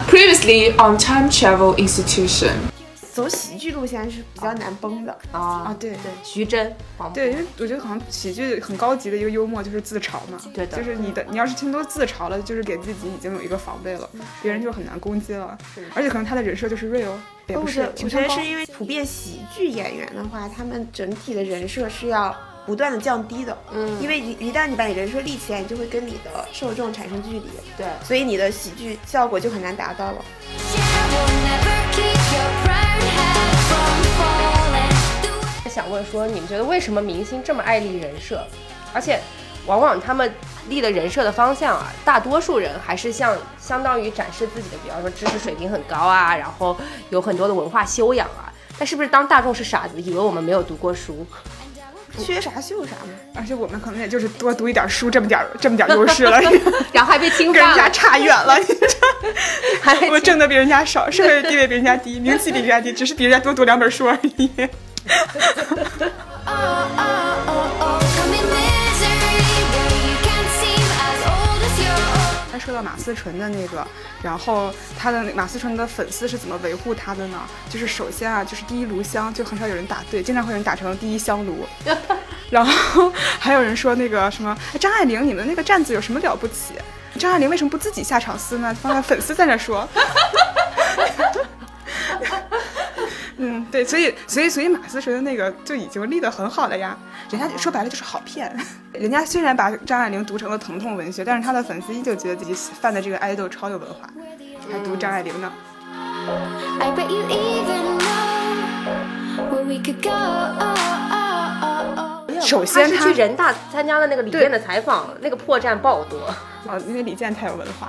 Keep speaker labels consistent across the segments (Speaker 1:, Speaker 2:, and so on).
Speaker 1: Previously on Time Travel Institution，
Speaker 2: 走喜剧路线是比较难崩的
Speaker 3: 哦
Speaker 4: 啊，
Speaker 2: 对对
Speaker 4: 徐峥，
Speaker 2: 对，因为我觉得好像喜剧很高级的一个幽默就是自嘲嘛，
Speaker 4: 对的
Speaker 2: 就是你的你要是全都自嘲了，就是给自己已经有一个防备了，别人就很难攻击了，而且可能他的人设就是 real，也
Speaker 3: 哦我
Speaker 2: 不
Speaker 3: 觉
Speaker 2: 是
Speaker 3: 得我
Speaker 2: 情
Speaker 3: 觉
Speaker 2: 商
Speaker 3: 得
Speaker 2: 高
Speaker 3: 是因为普遍喜剧演员的话，他们整体的人设是要不断的降低的，嗯，因为一一旦你把你人设立起来，你就会跟你的受众产生距离，
Speaker 4: 对
Speaker 3: 所以你的喜剧效果就很难达到了。
Speaker 5: 想问说，你们觉得为什么明星这么爱立人设？而且，往往他们立的人设的方向啊，大多数人还是像相当于展示自己的，比方说知识水平很高啊，然后有很多的文化修养啊。但是不是当大众是傻子，以为我们没有读过 书？
Speaker 3: 缺啥秀啥嘛，
Speaker 2: 而且我们可能也就是多读一点书，这么点儿这么点儿优势了，
Speaker 4: 然后还被侵
Speaker 2: 跟人
Speaker 4: 犯
Speaker 2: 家
Speaker 4: 了，
Speaker 2: 差远 了，你知道
Speaker 4: 还被
Speaker 2: 我挣的比人家少，社会地位比人家低，名气比人家低，只是比人家多读两本书而已。他说到马思纯的那个，然后他的马思纯的粉丝是怎么维护他的呢？就是首先啊，就是第一炉香就很少有人打对，经常会有人打成第一香炉。然后还有人说那个什么哎张爱玲，你们那个站子有什么了不起？张爱玲为什么不自己下场撕呢？放在粉丝在那说。 嗯，对，所以所以所以马思纯的那个就已经立得很好了呀，人家说白了就是好骗。 人家虽然把张爱玲读成了疼痛文学，但是他的粉丝依旧觉得自己犯的这个爱豆超有文化，还读张爱玲呢。
Speaker 6: I bet you even know where we could go. oh, oh, oh, oh.
Speaker 2: 首先
Speaker 4: 他
Speaker 2: 他
Speaker 4: 是去人大参加了那个李健的采访，那个破绽爆多，
Speaker 2: 哦，因为李健太有文化，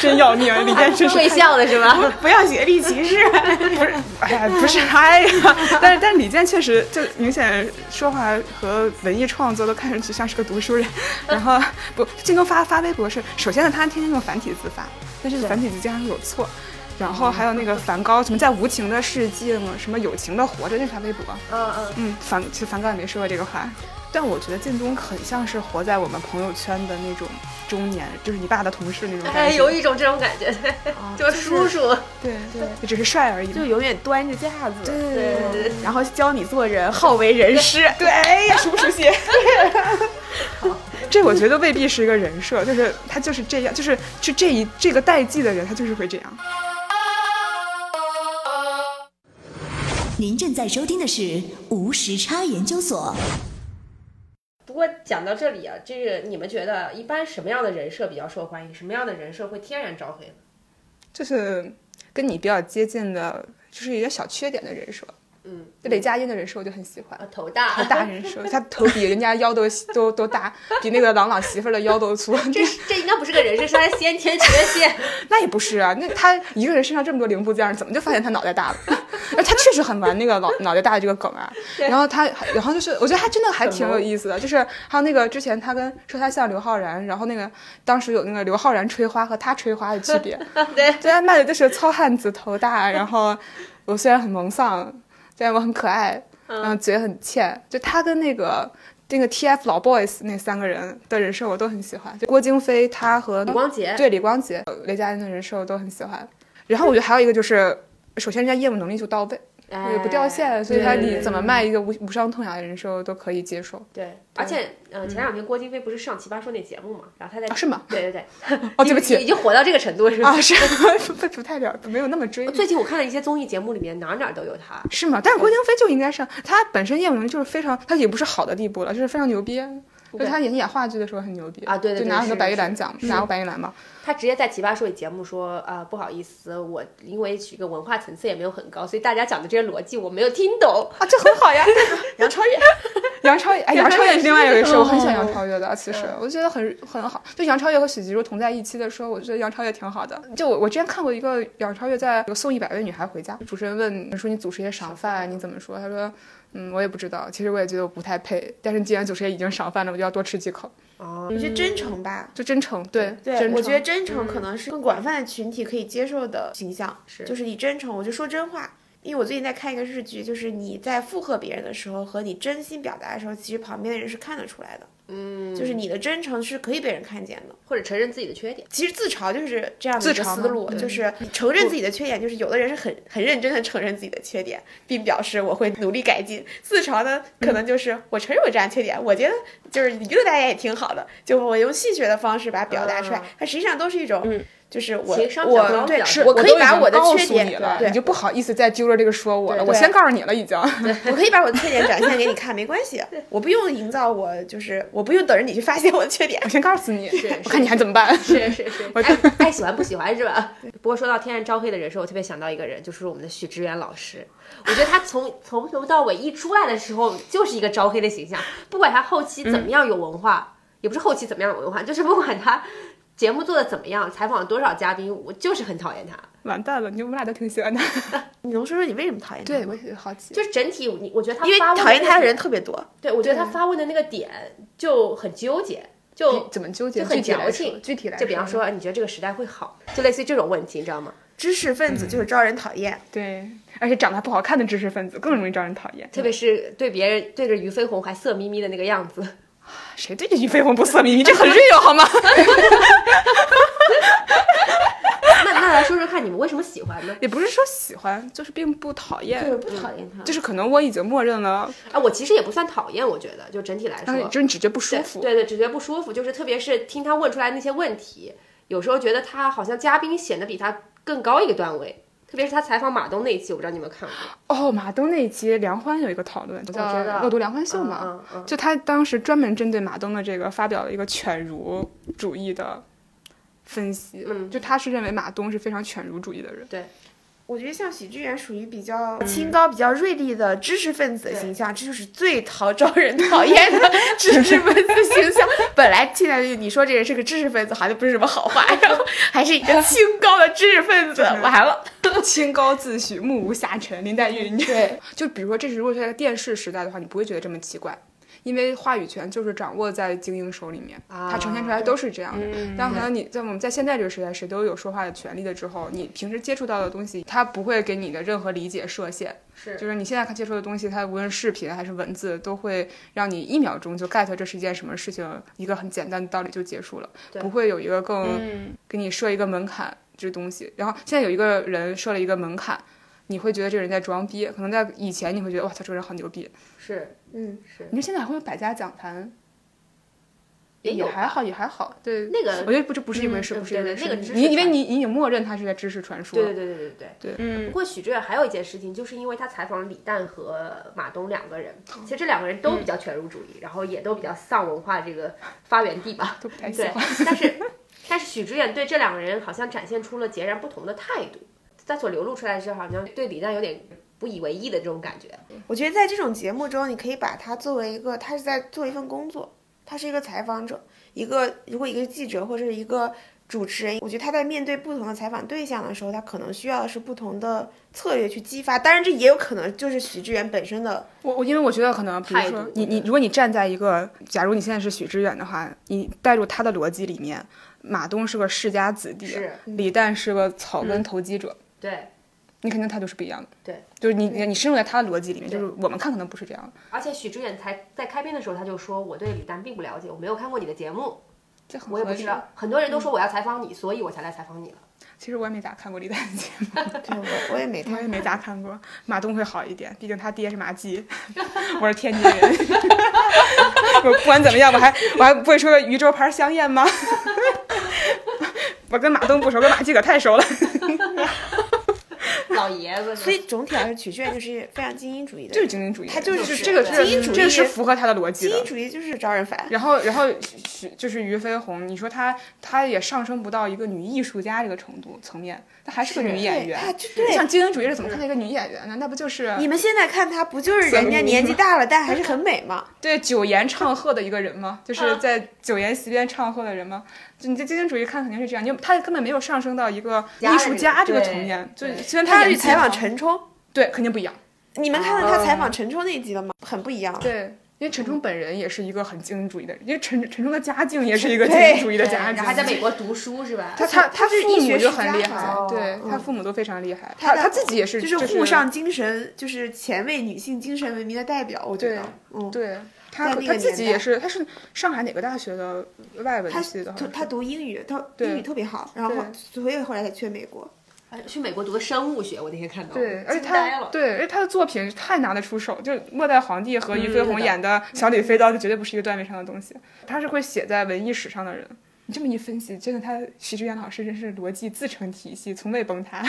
Speaker 2: 真要命！啊李健真是
Speaker 4: 会笑的是吧？
Speaker 2: 不要学历歧视，不是，哎呀，不是，哎呀， 但是但是李健确实就明显说话和文艺创作都看上去像是个读书人，然后不，靳东发发微博是，首先呢，他天天用繁体字发，但是繁体字经常有错。然后还有那个梵高，什么在无情的世界嘛，什么友情的活着，那条微博。
Speaker 4: 嗯 嗯，
Speaker 2: 嗯，梵其实梵高也没说过这个话，但我觉得靳东很像是活在我们朋友圈的那种中年，就是你爸的同事那种感觉。
Speaker 4: 哎，有一种这种感觉，对，
Speaker 2: 哦
Speaker 4: 就是叔叔，
Speaker 2: 对对，也只是帅而已嘛。
Speaker 3: 就永远端着架子，
Speaker 2: 对
Speaker 4: 对对
Speaker 3: 然后教你做人，好为人师。
Speaker 2: 对，哎呀，熟不熟 悉？这我觉得未必是一个人设，就是他就是这样，就是就这一这个代际的人，他就是会这样。
Speaker 7: 您正在收听的是无时差研究所。
Speaker 5: 不过讲到这里啊，这个你们觉得一般什么样的人设比较受欢迎？什么样的人设会天然招黑？
Speaker 2: 就是跟你比较接近的，就是一些小缺点的人设。
Speaker 5: 嗯，
Speaker 2: 就雷佳音的人设我就很喜欢
Speaker 5: 啊，，头大，
Speaker 2: 大人设，他头比人家腰都都都大，比那个朗朗媳妇儿的腰都粗。
Speaker 5: 这是这应该不是个人设，是他的先天缺陷。
Speaker 2: 那也不是啊，那他一个人身上这么多零部件，怎么就发现他脑袋大了？ 而他确实很玩那个脑脑袋大的这个梗啊。然后他，然后就是我觉得他真的还挺有意思的，就是还有那个之前他跟说他像刘昊然，然后那个当时有那个刘昊然吹花和他吹花的区别，
Speaker 5: 对，
Speaker 2: 对他卖的就是糙汉子头大，然后我虽然很萌丧，但我很可爱，
Speaker 5: 嗯
Speaker 2: 然后嘴很欠，就他跟那个。那个 TF 老 boys 那三个人的人设我都很喜欢，就郭京飞他和
Speaker 5: 李光洁
Speaker 2: 对李光洁、雷佳音的人设我都很喜欢。然后我觉得还有一个就是，首先人家业务能力就到位，也不掉线，所以他
Speaker 5: 对
Speaker 2: 你怎么卖一个无无伤痛痒的人设我都可以接受。
Speaker 5: 对，而且呃，前两天郭京飞不是上《奇葩说》那节目嘛，然后他在
Speaker 2: 嗯啊是吗
Speaker 5: 对对对，
Speaker 2: 哦，对不
Speaker 5: 已
Speaker 2: 起
Speaker 5: 经火到这个程度是吧
Speaker 2: 啊，？是 不不太了，没有那么追。
Speaker 5: 最近我看了一些综艺节目，里面哪儿哪儿都有他。
Speaker 2: 是吗？但是郭京飞就应该上，他本身业务能力就是非常，他也不是好的地步了，就是非常牛逼。就他演演话剧的时候很牛逼
Speaker 5: 啊对对
Speaker 2: 就
Speaker 5: 对
Speaker 2: 拿很多
Speaker 5: 是
Speaker 2: 白玉
Speaker 5: 是
Speaker 2: 兰奖，拿过白玉兰嘛。
Speaker 5: 他直接在《奇葩说》里节目说，啊，不好意思，我因为这个文化层次也没有很高，所以大家讲的这些逻辑我没有听懂。
Speaker 2: 啊，这很好呀。
Speaker 5: 杨超越，
Speaker 2: 杨超越，哎，
Speaker 5: 杨
Speaker 2: 杨超
Speaker 5: 超
Speaker 2: 越
Speaker 5: 越
Speaker 2: 是另外一回事，
Speaker 5: 是
Speaker 2: 我很喜欢杨超越的。其实我觉得很很好，就杨超越和许吉如同在一期的时候，我觉得杨超越挺好的。就我我之前看过一个杨超越在送一百位女孩回家，主持人问说你主持一些赏饭，你怎么说？她说。嗯，我也不知道，其实我也觉得我不太配，但是既然主持人已经赏饭了，我就要多吃几口，哦
Speaker 3: 我觉得真诚吧，
Speaker 2: 就真诚，对，
Speaker 3: 对，
Speaker 2: 真
Speaker 3: 我
Speaker 2: 诚
Speaker 3: 觉得真诚可能是更广泛的群体可以接受的形象，就是你真诚，我就说真话。因为我最近在看一个日剧，就是你在附和别人的时候和你真心表达的时候，其实旁边的人是看得出来的。嗯，就是你的真诚是可以被人看见的。
Speaker 4: 或者承认自己的缺点。
Speaker 3: 其实自嘲就是这样的一
Speaker 2: 自
Speaker 3: 个
Speaker 2: 嘲吗
Speaker 3: 思路，就是你承认自己的缺点，就是有的人是很很认真的承认自己的缺点，并表示我会努力改进。自嘲呢，可能就是我承认我这样缺点，我觉得就是你觉得大家也挺好的，就我用戏谑的方式把它表达出来
Speaker 4: 啊，
Speaker 3: 它实际上都是一种，就是我
Speaker 4: 情商比较
Speaker 3: 我
Speaker 4: 高
Speaker 3: 对
Speaker 4: 表示
Speaker 3: 我可以
Speaker 2: 都已
Speaker 3: 把
Speaker 2: 经
Speaker 3: 我的
Speaker 2: 告
Speaker 3: 缺
Speaker 2: 诉你
Speaker 3: 点
Speaker 2: 了，
Speaker 3: 对
Speaker 2: 你就不好意思再揪着这个说我了。
Speaker 4: 对
Speaker 2: 我先告诉你了，已经。
Speaker 3: 我可以把我的缺点展现给你看，没关系，我不用营造我就是我不用等着你去发现我的缺点
Speaker 2: 我。先告诉你
Speaker 4: 是，
Speaker 2: 我看你还怎么办。
Speaker 4: 是是 是，爱爱喜欢不喜欢是吧？不过说到天然招黑的人设，我特别想到一个人，就是我们的许知远老师。我觉得他从从头到尾一出来的时候，就是一个招黑的形象。不管他后期怎么样有文化，也不是后期怎么样有文化，就是不管他节目做的怎么样，采访了多少嘉宾，我就是很讨厌他。
Speaker 2: 完蛋了，你我们俩都挺喜欢他。
Speaker 3: 你能说说你为什么讨厌他？
Speaker 2: 对，我也好奇。
Speaker 4: 就是整体，你我觉得他
Speaker 3: 因为
Speaker 4: 发问的
Speaker 3: 讨厌
Speaker 4: 那
Speaker 3: 他的
Speaker 4: 个
Speaker 3: 人，特别多。
Speaker 4: 对我觉得他发问的那个点就很纠结，就
Speaker 2: 怎么纠结？
Speaker 4: 就很
Speaker 2: 具体来
Speaker 4: 矫
Speaker 2: 说
Speaker 4: 情
Speaker 2: 具体来
Speaker 4: 就比方说，，你觉得这个时代会好，就类似于这种问题，你知道吗？
Speaker 3: 知识分子就是招人讨厌，
Speaker 2: 对，而且长得还不好看的知识分子更容易招人讨厌。
Speaker 4: 特别是对别人对着俞飞鸿还色眯眯的那个样子，
Speaker 2: 谁对着俞飞鸿不色眯眯？这很 real 好吗？
Speaker 4: 那那来说说看，你们为什么喜欢呢？
Speaker 2: 也不是说喜欢，就是并不讨厌。
Speaker 3: 不讨厌他
Speaker 2: 就是可能我已经默认了，
Speaker 4: 啊，我其实也不算讨厌，我觉得就整体来
Speaker 2: 但是
Speaker 4: 说，
Speaker 2: 啊就是你只觉得不舒服。
Speaker 4: 对对对，只觉得不舒服，就是特别是听他问出来那些问题，有时候觉得他好像嘉宾显得比他更高一个段位，特别是他采访马东那一期，我不知道你有没有看过，
Speaker 2: 哦，马东那一期梁欢有一个讨论，叫
Speaker 4: 知道
Speaker 2: 《恶毒梁欢秀》嘛，
Speaker 4: 哦嗯嗯嗯
Speaker 2: 就他当时专门针对马东的这个发表了一个犬儒主义的分析，
Speaker 4: 嗯
Speaker 2: 就他是认为马东是非常犬儒主义的人，
Speaker 3: 我觉得像许志远属于比较清高、比较锐利的知识分子的形象，这就是最讨招人讨厌的知识分子形象。 本来现在你说这人是个知识分子，好像不是什么好话，然后还是一个清高的知识分子，完了。
Speaker 2: 清高自诩，目无暇臣，林黛玉。你
Speaker 3: 对，
Speaker 2: 就比如说，这是如果是在电视时代的话，你不会觉得这么奇怪。因为话语权就是掌握在精英手里面，
Speaker 4: 啊嗯
Speaker 2: 它呈现出来都是这样的。但可能你在我们在现在这个时代，谁都有说话的权利的之后，你平时接触到的东西，它不会给你的任何理解设限。
Speaker 4: 是
Speaker 2: 就是你现在看接触的东西，它无论视频还是文字，都会让你一秒钟就 get 这是一件什么事情，一个很简单的道理就结束了，不会有一个更、
Speaker 4: 嗯
Speaker 2: 给你设一个门槛这东西。然后现在有一个人设了一个门槛，你会觉得这个人在装逼，可能在以前你会觉得哇，他这个人好牛逼。
Speaker 4: 是
Speaker 3: 嗯，
Speaker 4: 是
Speaker 2: 你说现在还会有百家讲坛，
Speaker 4: 也有
Speaker 2: 还好，也还好。对，
Speaker 4: 那个
Speaker 2: 我觉得不，这不是一回事，
Speaker 4: 嗯
Speaker 2: 不是一回事。
Speaker 4: 对对那个知识
Speaker 2: 你因为
Speaker 4: 传
Speaker 2: 你你已经默认他是在知识传输
Speaker 4: 对
Speaker 2: 了，
Speaker 4: 对对对对对
Speaker 2: 对
Speaker 4: 嗯。不过许志远还有一件事情，就是因为他采访了李诞和马东两个人，
Speaker 2: 嗯
Speaker 4: 其实这两个人都比较犬儒主义，然后也都比较丧文化这个发源地吧。
Speaker 2: 都 不太喜
Speaker 4: 对
Speaker 2: 欢。，
Speaker 4: 但是 但是许知远对这两个人好像展现出了截然不同的态度，他所流露出来的是好像对李诞有点不以为意的这种感觉。
Speaker 3: 我觉得在这种节目中，你可以把它作为一个，他是在做一份工作，他是一个采访者，一个如果一个记者或者是一个主持人，我觉得他在面对不同的采访对象的时候，他可能需要的是不同的策略去激发。当然，这也有可能就是许志远本身的，
Speaker 2: 我我因为我觉得可能，比如
Speaker 4: 态
Speaker 2: 说
Speaker 4: 度
Speaker 2: 你你，如果你站在一个，假如你现在是许知远的话，你带入他的逻辑里面，马东是个世家子弟
Speaker 4: 是，
Speaker 2: 李诞是个草根投机者，
Speaker 4: 对，
Speaker 2: 你肯定态度是不一样的。
Speaker 4: 对，
Speaker 2: 就是你你你深入在他的逻辑里面，就是我们看可能不是这样的，
Speaker 4: 而且许知远才在开篇的时候他就说我对李诞并不了解，我没有看过你的节目，
Speaker 2: 这很
Speaker 4: 我也
Speaker 2: 合
Speaker 4: 不知
Speaker 2: 理。
Speaker 4: 道。很多人都说我要采访你，所以我才来采访你了。
Speaker 2: 其实我也没咋看过李诞的节目，
Speaker 3: 对我我也没
Speaker 2: 我也
Speaker 3: 太
Speaker 2: 没咋看过。马东会好一点，毕竟他爹是麻鸡， 我是天津人。 我不管怎么样，我还我还不会说个渝州牌香艳吗？ 我跟马东不熟，跟马季可太熟了。
Speaker 4: 老爷子，
Speaker 3: 所以总体来说，许志远就是非常精英主义的
Speaker 2: 就是
Speaker 3: 人，
Speaker 2: 精英主义，
Speaker 3: 他就是是
Speaker 2: 这个
Speaker 3: 精英
Speaker 2: 是
Speaker 3: 主义
Speaker 2: 这个是符合他的逻辑
Speaker 3: 精英
Speaker 2: 的。
Speaker 3: 主义就是招人烦。
Speaker 2: 然后，然后许就是俞飞鸿，你说他他也上升不到一个女艺术家这个程度层面，他还是个女演员
Speaker 3: 对哎啊他就。对
Speaker 2: 像精英主义是怎么看待一个女演员呢？那不就是
Speaker 3: 你们现在看他，不就是人家年纪大了，但还是很美吗？
Speaker 2: 对九言唱和的一个 人
Speaker 3: 嗯
Speaker 2: 吗？就是在九言席边唱和的人吗？就你这精英主义看肯定是这样，你他根本没有上升到一个艺术家这个层面。就
Speaker 4: 对对
Speaker 2: 虽然
Speaker 3: 他要去
Speaker 2: 演技
Speaker 3: 采访
Speaker 2: 好
Speaker 3: 陈冲，
Speaker 2: 对肯定不一样。
Speaker 3: 你们看到他采访陈冲那一集了吗？很不一样。
Speaker 2: 啊对，因为陈冲本人也是一个很精英主义的人，因为陈陈冲的家境也是一个精英主义的家
Speaker 4: 然
Speaker 2: 境，
Speaker 4: 后还在美国读书是吧？
Speaker 2: 他他他
Speaker 3: 是
Speaker 2: 父
Speaker 3: 医学
Speaker 2: 母就
Speaker 3: 世
Speaker 2: 很
Speaker 3: 家
Speaker 2: 厉
Speaker 3: 嘛
Speaker 2: 害，
Speaker 3: 哦
Speaker 2: 对他父母都非常厉害，
Speaker 3: 她
Speaker 2: 他
Speaker 3: 的
Speaker 2: 他自己也是
Speaker 3: 就是是沪上精神，就是前卫女性精神文明的代表，我觉
Speaker 2: 对
Speaker 3: 得，嗯，
Speaker 2: 对，他
Speaker 3: 在
Speaker 2: 和
Speaker 3: 那
Speaker 2: 他
Speaker 3: 个
Speaker 2: 自
Speaker 3: 年
Speaker 2: 己
Speaker 3: 代
Speaker 2: 也是，他是上海哪个大学的外文
Speaker 3: 她
Speaker 2: 系的？好
Speaker 3: 她
Speaker 2: 像
Speaker 3: 她
Speaker 2: 是
Speaker 3: 读英语，她
Speaker 2: 对
Speaker 3: 英语特别好，然后
Speaker 2: 对
Speaker 3: 所以后来才去美国。
Speaker 4: 去美国读的生物学，我那天看到。
Speaker 2: 对，而且
Speaker 4: 惊呆
Speaker 2: 他
Speaker 4: 了
Speaker 2: 对，而且他的作品太拿得出手，就是《末代皇帝》和俞飞
Speaker 4: 嗯是
Speaker 2: 鸿
Speaker 4: 的
Speaker 2: 演的小李飞刀，绝对不是一个段位上的东西。他是会写在文艺史上的人。你这么一分析，真的，他徐志远老师真是逻辑自成体系，从未崩塌，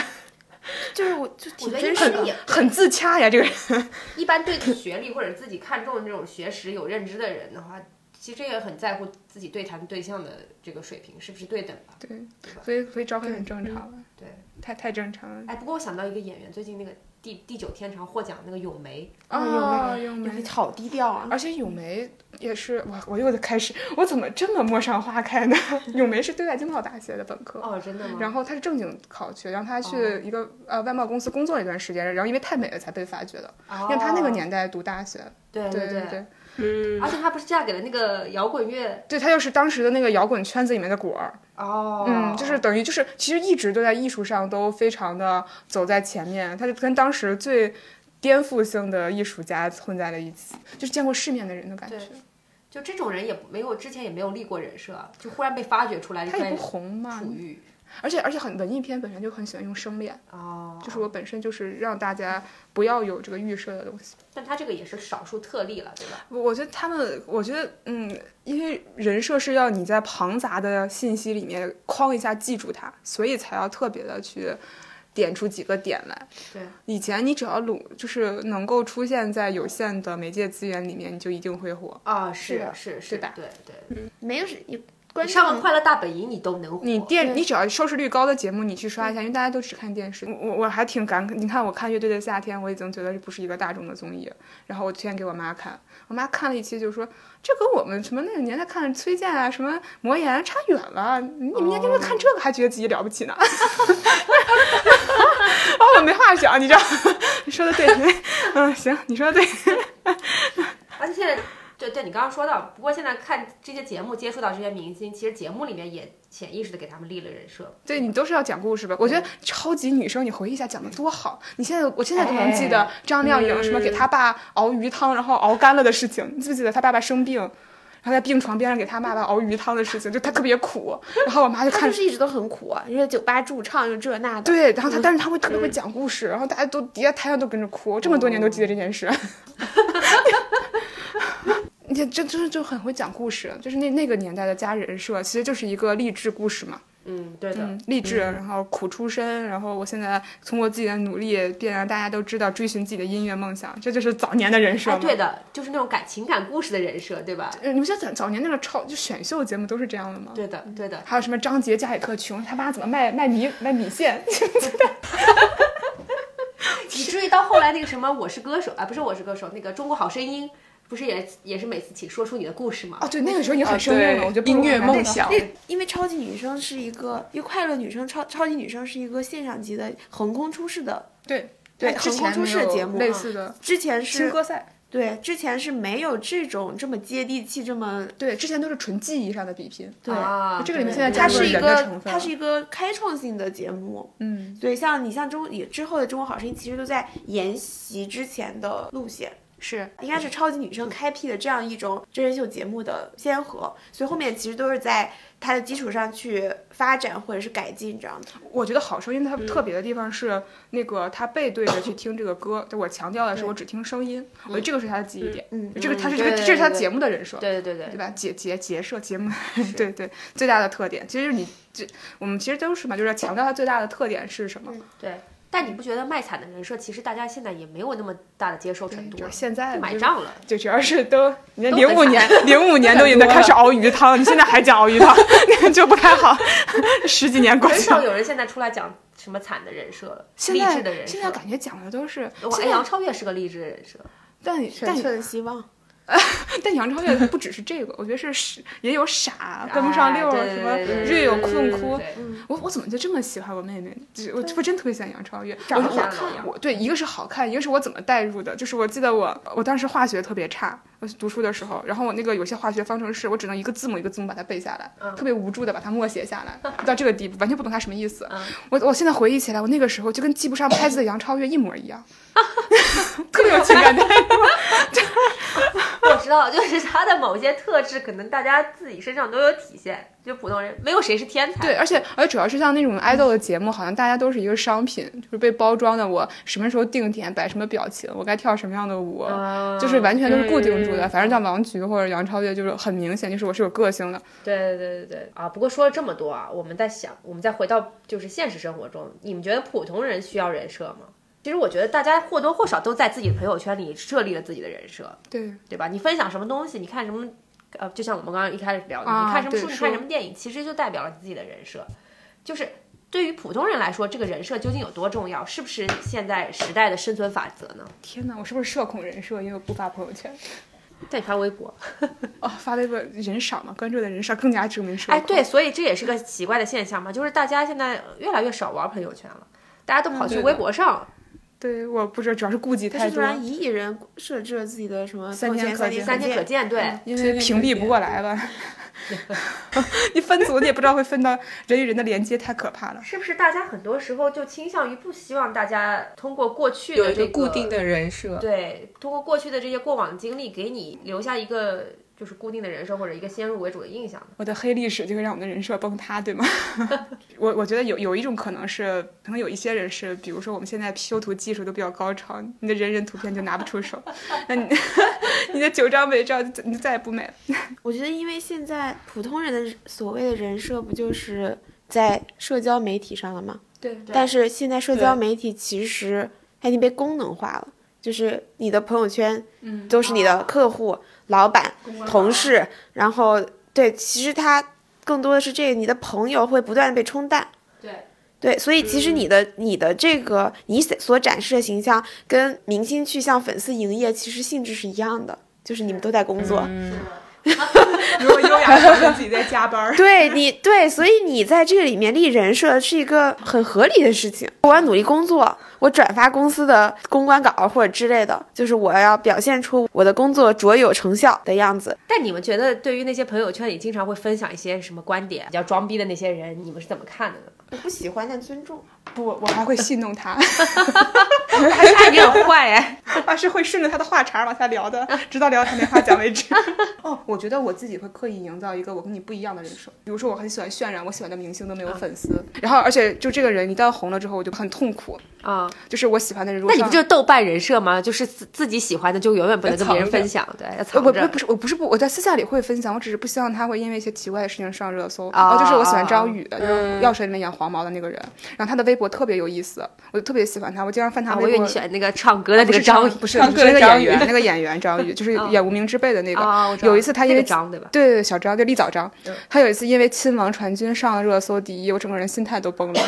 Speaker 3: 就是我就
Speaker 4: 我
Speaker 3: 挺
Speaker 4: 觉得
Speaker 3: 真
Speaker 4: 应
Speaker 3: 实
Speaker 4: 该
Speaker 3: 的，
Speaker 4: 也
Speaker 2: 很自洽呀，这个人。
Speaker 4: 一般对学历或者自己看重这种学识有认知的人的话，其实也很在乎自己对谈对象的这个水平是不是对等吧。
Speaker 2: 对，所以所以招黑很正常了，
Speaker 4: 对，
Speaker 2: 太太正常了。
Speaker 4: 哎，不过我想到一个演员，最近那个第第九天朝获奖那个咏梅，
Speaker 2: 哦，咏
Speaker 3: 嗯有
Speaker 2: 梅
Speaker 3: 个，好低调啊。
Speaker 2: 而且咏梅也是我，我又开始，我怎么这么陌上花开呢？咏梅是对外经贸大学的嗯本科，
Speaker 4: 哦，真的吗？
Speaker 2: 然后他是正经考去，然后他
Speaker 4: 哦
Speaker 2: 去一个、呃外贸公司工作了一段时间，然后因为太美了才被发掘的，
Speaker 4: 哦
Speaker 2: 因为他那个，年代读大学，
Speaker 4: 对
Speaker 2: 对
Speaker 4: 对
Speaker 2: 对，
Speaker 4: 而且她不是嫁给了那个摇滚乐
Speaker 2: 对他又是当时的那个摇滚圈子里面的果儿，
Speaker 4: 哦，
Speaker 2: 嗯，就是等于就是其实一直都在艺术上都非常的走在前面，他就跟当时最颠覆性的艺术家混在了一起，就是见过世面的人的感觉
Speaker 4: 对。就这种人也没有之前也没有立过人设啊，就忽然被发掘出来，
Speaker 2: 他
Speaker 4: 就
Speaker 2: 也
Speaker 4: 开
Speaker 2: 不
Speaker 4: 始
Speaker 2: 红嘛，
Speaker 4: 处于
Speaker 2: 而且而且很文艺片本身就很喜欢用生脸，
Speaker 4: 哦，
Speaker 2: 就是我本身就是让大家不要有这个预设的东西。
Speaker 4: 但他这个也是少数特例了，对吧？
Speaker 2: 我我觉得他们，我觉得，嗯，因为人设是要你在庞杂的信息里面框一下记住它，所以才要特别的去点出几个点来。
Speaker 4: 对，
Speaker 2: 以前你只要努，就是能够出现在有限的媒介资源里面，你就一定会火。
Speaker 4: 啊，是是是
Speaker 2: 对吧
Speaker 4: 对对，
Speaker 3: 没有是你观
Speaker 4: 你上
Speaker 3: 众
Speaker 4: 个快乐大本营你都能火，
Speaker 2: 你电，你只要收视率高的节目，你去刷一下，因为大家都只看电视。我我我还挺感，你看我看《乐队的夏天》，我已经觉得这不是一个大众的综艺，然后我推荐给我妈看，我妈看了一期就说，这跟我们什么那个年代看的崔健啊、什么魔岩啊差远了，你们年轻人看这个还觉得自己了不起呢， 哦，我没话讲，你知道， 你说的对，嗯，行，你说的对，
Speaker 4: 而且现在，对对，你刚刚说到，不过现在看这些节目，接触到这些明星，其实节目里面也潜意识的给他们立了人设。
Speaker 2: 对你都是要讲故
Speaker 3: 嗯
Speaker 2: 事吧？我觉得超级女生，你回忆一下讲的多好。你现在我现在都能记
Speaker 3: 哎
Speaker 2: 得张靓颖什么给她爸熬鱼汤，然后熬干了的事情。你记不记得她爸爸生病，然后在病床边上给她爸爸熬鱼汤的事情？就她特别苦，然后我妈就
Speaker 3: 他
Speaker 2: 看
Speaker 3: 就。是一直都很苦啊，人家酒吧驻唱又这那的。嗯
Speaker 2: 对，然后她，但是她会特别会讲故事，然后大家都底下台上都跟着哭，我这么多年都记得这 件事。你看，这就是就很会讲故事，就是那那个年代的家人设，其实就是一个励志故事嘛。
Speaker 4: 嗯，对的。
Speaker 2: 嗯，励志，然后苦出身，然后我现在通过自己的努力，变让大家都知道追寻自己的音乐梦想，这就是早年的人设嘛。
Speaker 4: 哎，对的，就是那种感情感故事的人设，对吧？
Speaker 2: 呃啊你们现在早早年那个超就选秀节目都是这样的吗？。
Speaker 4: 对的，对的。
Speaker 2: 还有什么张杰家里特穷，他妈怎么卖卖米卖米 线？
Speaker 4: 以至于到后来那个什么《我是歌手》啊，不是《我是歌手》，那个《中国好声音》，不是也也是每次请说出你的故事吗？
Speaker 2: 哦，对，那个时候已经很生
Speaker 3: 啊
Speaker 2: 硬了，我觉得
Speaker 8: 音乐梦想。
Speaker 3: 那因为超级女声是一个，因为快乐女声超超级女声是一个现象级的横空出世的，
Speaker 2: 对
Speaker 3: 对
Speaker 2: 之
Speaker 3: 横空
Speaker 2: 前
Speaker 3: 出
Speaker 2: 没
Speaker 3: 世的
Speaker 2: 有
Speaker 3: 节目
Speaker 2: 类
Speaker 3: 啊
Speaker 2: 似的
Speaker 3: 之前
Speaker 2: 新
Speaker 3: 是
Speaker 2: 歌赛，
Speaker 3: 对之前是没有这种这么接地气这么
Speaker 2: 对，之前都是纯记忆上的比拼。
Speaker 3: 对。
Speaker 4: 啊，
Speaker 2: 这个里面
Speaker 4: 对
Speaker 2: 现在
Speaker 4: 对
Speaker 2: 加
Speaker 3: 它
Speaker 2: 入
Speaker 3: 是
Speaker 2: 了
Speaker 3: 一
Speaker 2: 人的成
Speaker 3: 个
Speaker 2: 分，
Speaker 3: 它是一个开创性的节目，
Speaker 2: 嗯，
Speaker 3: 对，像你像中也之后的《中国好声音》，其实都在沿袭之前的路线，
Speaker 4: 是
Speaker 3: 应该是超级女声开辟的这样一种真人秀节目的先河，所以后面其实都是在它的基础上去发展或者是改进这样子。
Speaker 2: 我觉得《好声音》
Speaker 4: 嗯
Speaker 2: 它特别的地方是，那个他背对着去听这个歌，就我强调的是我只听声音，我觉得这个是他的记忆点，
Speaker 3: 嗯
Speaker 2: 这个他是
Speaker 4: 嗯
Speaker 2: 这个
Speaker 4: 对
Speaker 2: 这是他
Speaker 4: 对
Speaker 2: 节目的人设，
Speaker 4: 对对对
Speaker 2: 对
Speaker 4: 对，
Speaker 2: 吧？节节节设节目， 对对，最大的特点，其实你这我们其实都是嘛，就是要强调它最大的特点是什么。
Speaker 4: 对。但你不觉得卖惨的人设，其实大家现在也没有那么大的接受程度
Speaker 2: 就
Speaker 4: 了，
Speaker 2: 是现在
Speaker 4: 就买
Speaker 2: 就是
Speaker 4: 账 了。
Speaker 2: 就主要是都，你看
Speaker 4: 都
Speaker 2: 零
Speaker 4: 很
Speaker 2: 五
Speaker 4: 惨
Speaker 2: 年，零五年都已经开始熬鱼 汤了，你现在还讲熬鱼汤， 就不太好。 十几年过
Speaker 4: 很
Speaker 2: 去
Speaker 4: 少
Speaker 2: 了，
Speaker 4: 有人现在出来讲什么惨的人设了，
Speaker 2: 现
Speaker 4: 励志的
Speaker 2: 在
Speaker 4: 人设。
Speaker 2: 现在感觉讲的都是，
Speaker 4: 哇，
Speaker 2: 现
Speaker 4: 哎，
Speaker 2: 在
Speaker 4: 杨超越是个励志人设，
Speaker 2: 但
Speaker 3: 纯
Speaker 2: 但
Speaker 3: 粹的希望，
Speaker 2: 但杨超越不只是这个，我觉得是傻也有 傻，跟不上溜儿，
Speaker 5: 哎对
Speaker 2: 什么
Speaker 5: 对对对
Speaker 2: 略有
Speaker 5: 对
Speaker 2: 困哭
Speaker 5: 对。
Speaker 2: 我我怎么就这么喜欢我妹妹？就我我真特别喜欢杨超越，
Speaker 5: 长
Speaker 2: 我
Speaker 5: 得
Speaker 2: 我
Speaker 5: 像老杨
Speaker 2: 我对一个是好看，一个是我怎么代入的。就是我记得我我当时化学特别差，我读书的时候，然后我那个有些化学方程式，我只能一个字母一个字母把它背下来，
Speaker 5: 嗯
Speaker 2: 特别无助的把它默写下 来，到这个地步完全不懂它什么意
Speaker 5: 嗯
Speaker 2: 思。我我现在回忆起来，我那个时候就跟记不上拍子的杨超越一模一样， 特别有情感代入。
Speaker 4: 我知道，就是他的某些特质，可能大家自己身上都有体现。就普通人，没有谁是天才。
Speaker 2: 对，，而且而且主要是像那种爱豆的节目，好像大家都是一个商品，就是被包装的。我什么时候定点摆什么表情，我该跳什么样的舞，就是完全都是固定住的。反正像王菊或者杨超越，就是很明显，就是我是有个性的。
Speaker 5: 对对对对对
Speaker 4: 啊，不过说了这么多啊，我们在想，我们再回到就是现实生活中，你们觉得普通人需要人设吗？其实我觉得大家或多或少都在自己的朋友圈里设立了自己的人设，
Speaker 2: 对，
Speaker 4: 对吧？你分享什么东西，你看什么，呃，就像我们刚刚一开始聊的，
Speaker 2: 啊
Speaker 4: 你看什么
Speaker 2: 对
Speaker 4: 书，你看
Speaker 2: 书
Speaker 4: 什么电影，其实就代表了你自己的人设。就是对于普通人来说，这个人设究竟有多重要？是不是现在时代的生存法则呢？
Speaker 2: 天哪，我是不是社恐人设？因为我不发朋友圈。
Speaker 4: 但你发微博，
Speaker 2: 哦，发微博人少嘛，关注的人少，更加证明社恐。
Speaker 4: 哎，对，，所以这也是个奇怪的现象嘛，就是大家现在越来越少玩朋友圈了，大家都跑去
Speaker 2: 对的
Speaker 4: 微博上了。
Speaker 2: 对，我不知道，主要是顾忌
Speaker 3: 他
Speaker 2: 太
Speaker 3: 是不
Speaker 2: 多
Speaker 3: 是，让一亿人设置了自己的什么
Speaker 2: 三
Speaker 3: 朋友
Speaker 2: 天
Speaker 3: 圈
Speaker 2: 可
Speaker 3: 三
Speaker 2: 见
Speaker 3: 天
Speaker 4: 三天可见，嗯
Speaker 3: 见？
Speaker 4: 对，
Speaker 2: 因为屏蔽不过来了。你分组你也不知道会分到人与人的连接，太可怕了。
Speaker 4: 是不是大家很多时候就倾向于不希望大家通过过去
Speaker 9: 有
Speaker 4: 的
Speaker 9: 一
Speaker 4: 这
Speaker 9: 个固定，的人设，
Speaker 4: 对，通过过去的这些过往的经历，给你留下一个就是固定的人设或者一个先入为主的印象呢？
Speaker 2: 我的黑历史就会让我的人设崩塌，对吗？ 我我觉得有有一种可能是，可能有一些人是，比如说我们现在修图技术都比较高超，你的人人图片就拿不出手，那你 你的九张美照就你就再也不美了。
Speaker 3: 我觉得，因为现在普通人的所谓的人设，不就是在社交媒体上了吗？
Speaker 4: 对，
Speaker 3: 但是现在社交媒体其实它已经被功能化了，就是你的朋友圈，嗯，都是你的客户、老板、同事，然后对，其实它更多的是这个，你的朋友会不断的被冲淡。
Speaker 4: 对
Speaker 3: 对，所以其实你的、你的这个你所展示的形象，跟明星去向粉丝营业，其实性质是一样的，就是你们都在工作。
Speaker 2: 如果优雅的自己在加班儿，
Speaker 3: 对你对，所以你在这个里面立人设是一个很合理的事情。我要努力工作，我转发公司的公关稿或者之类的，就是我要表现出我的工作卓有成效的样子。
Speaker 4: 但你们觉得，对于那些朋友圈里经常会分享一些什么观点比较装逼的那些人，你们是怎么看的呢？
Speaker 3: 我不喜欢但尊重，
Speaker 2: 不，我还会戏弄他，
Speaker 4: 哎， 你很坏哎，
Speaker 2: 还是会顺着他的话茬儿往下聊的，直到聊他没话讲为止。 哦，我觉得我自己会刻意营造一个我跟你不一样的人设，比如说我很喜欢渲染我喜欢的明星都没有粉丝，然后而且就这个人一旦红了之后，我就很痛苦，
Speaker 4: 啊、
Speaker 2: 就是啊我喜欢的人如果
Speaker 4: 那你
Speaker 2: 上
Speaker 4: 不就是豆瓣人设吗？就是自自己喜欢的就永远不能跟别人分享，对，要
Speaker 2: 呃
Speaker 4: 藏
Speaker 2: 我
Speaker 4: 着
Speaker 2: 不。不是我不是不我在私下里会分享，我只是不希望他会因为一些奇怪的事情上热搜。
Speaker 4: 啊
Speaker 2: 然后就是我喜欢张宇，就是
Speaker 4: 哦嗯
Speaker 2: 《药神》里面演黄毛的那个人，然后他的微博特别有意思，我就特别喜欢他，我经常翻他
Speaker 4: 啊，
Speaker 2: 微
Speaker 4: 我
Speaker 2: 博。
Speaker 4: 以为你选那个唱歌的那
Speaker 2: 不
Speaker 4: 个
Speaker 2: 是
Speaker 4: 张宇，
Speaker 2: 不是
Speaker 4: 唱
Speaker 2: 不
Speaker 4: 歌
Speaker 2: 是那
Speaker 4: 的
Speaker 2: 个
Speaker 4: 张
Speaker 2: 演
Speaker 4: 宇
Speaker 2: 员，那个演员张宇，就是演《无名之辈》的那个。
Speaker 4: 啊，我知道
Speaker 2: 有一次他因
Speaker 4: 那
Speaker 2: 为
Speaker 4: 个张对吧？嗯
Speaker 2: 对对小张就立早张，他有一次因为亲王传君上了热搜第一，我整个人心态都崩了。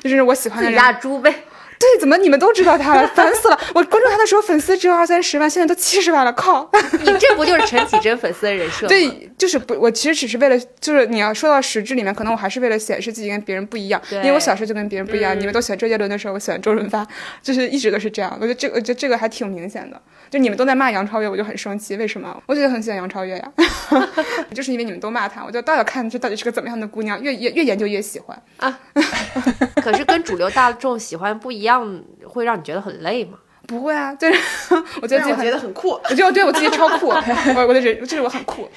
Speaker 2: 就是我喜欢
Speaker 4: 自
Speaker 2: 的
Speaker 4: 己
Speaker 2: 人，
Speaker 4: 家的猪呗。
Speaker 2: 对，怎么你们都知道他了？烦死了！我关注他的时候粉丝只有二三十万，现在都七十万了，靠！
Speaker 4: 你这不就是陈绮贞粉丝的人设吗？
Speaker 2: 啊 对，就是不，我其实只是为了，就是你要说到实质里面，可能我还是为了显示自己跟别人不一样，因为我
Speaker 4: 对
Speaker 2: 小时候就跟别人不一样。你们都选周杰伦的时候，我选周润发，就是一直都是这样。我觉得这个，我觉得这个还挺明显的。就你们都在骂杨超越，我就很生气，为什么？我觉得很喜欢杨超越呀，就是因为你们都骂她，我就倒要看这到底是个怎么样的姑娘，越越越研究越喜欢。
Speaker 4: 可是跟主流大众喜欢不一样，会让你觉得很累吗？
Speaker 2: 不会啊，就是 我觉得自己很，
Speaker 3: 很酷。
Speaker 2: 我觉得我对我自己超酷，我我的人就是我很酷，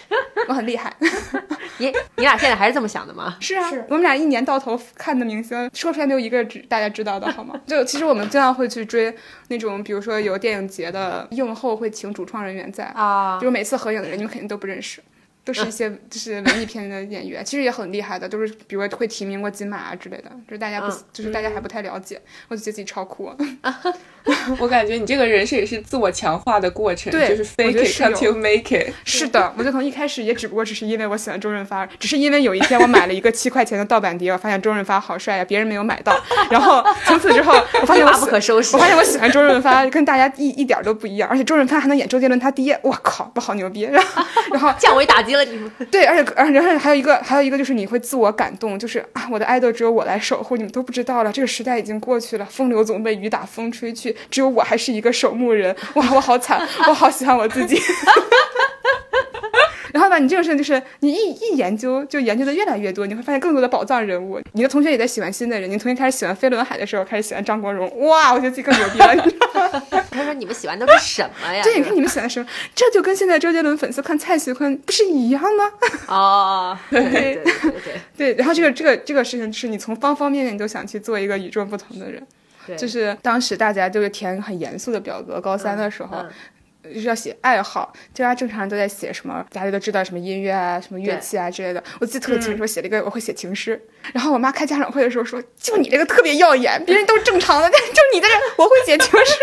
Speaker 2: 我很厉害。
Speaker 4: 你你俩现在还是这么想的吗？
Speaker 2: 是啊，我们俩一年到头看的明星，说出来就一个知大家知道的好吗？ 就其实我们经常会去追那种，比如说有电影节的映后会请主创人员在，
Speaker 4: 啊
Speaker 2: 比，如每次合影的人你们肯定都不认识。都是一些 就是文艺片的演员，其实也很厉害的，都是比如会提名过金马啊之类的，就是大家不、
Speaker 4: 嗯
Speaker 2: 就是大家还不太了解，我就觉得自己超酷。
Speaker 1: 我感觉你这个人设也是自我强化的过程，
Speaker 2: 对
Speaker 1: 就是
Speaker 2: 我觉得
Speaker 1: fake
Speaker 2: 是
Speaker 1: it
Speaker 2: 有
Speaker 1: until make it。
Speaker 2: 是的，我就从一开始也只不过只是因为我喜欢周润发，只是因为有一天我买了一个七块钱的盗版碟，我发现周润发好帅呀、别人没有买到。然后从此之后，我发现
Speaker 4: 一
Speaker 2: 我
Speaker 4: 发不
Speaker 2: 喜
Speaker 4: 可收拾
Speaker 2: 我发现我喜欢周润发跟大家一一点儿都不一样，而且周润发还能演周杰伦他爹，我靠，我好牛逼。然后，然后
Speaker 4: 降维打击了你们。
Speaker 2: 对，而且而且而且还有一个还有一个就是你会自我感动，就是啊，我的爱豆只有我来守护，你们都不知道了，这个时代已经过去了，风流总被雨打风吹去，只有我还是一个守墓人，哇，我好惨，我好喜欢我自己。 然后吧，你这种事情就是你一一研究就研究的越来越多，你会发现更多的宝藏人物。你的同学也在喜欢新的人，你同学开始喜欢飞轮海的时候，开始喜欢张国荣，哇，我觉得自己更牛逼了。 你知道吗
Speaker 4: 他说你们喜欢都是什么呀？
Speaker 2: 对，你看你们喜欢什么，这就跟现在周杰伦粉丝看蔡徐坤不是一样吗？
Speaker 4: 哦，对对对对 对
Speaker 2: 对，然后这个这个这个事情是你从方方面面你都想去做一个与众不同的人，
Speaker 4: 对，
Speaker 2: 就是当时大家就是填很严肃的表格，高三的时候。
Speaker 4: 嗯
Speaker 2: 就是要写爱好，就大家正常人都在写什么，大家都知道什么音乐啊、什么乐器啊之类的。我记得特别
Speaker 4: 嗯
Speaker 2: 清楚，我写了一个我会写情诗，然后我妈开家长会的时候说：“就你这个特别耀眼，别人都是正常的，但是就你这个我会写情诗。”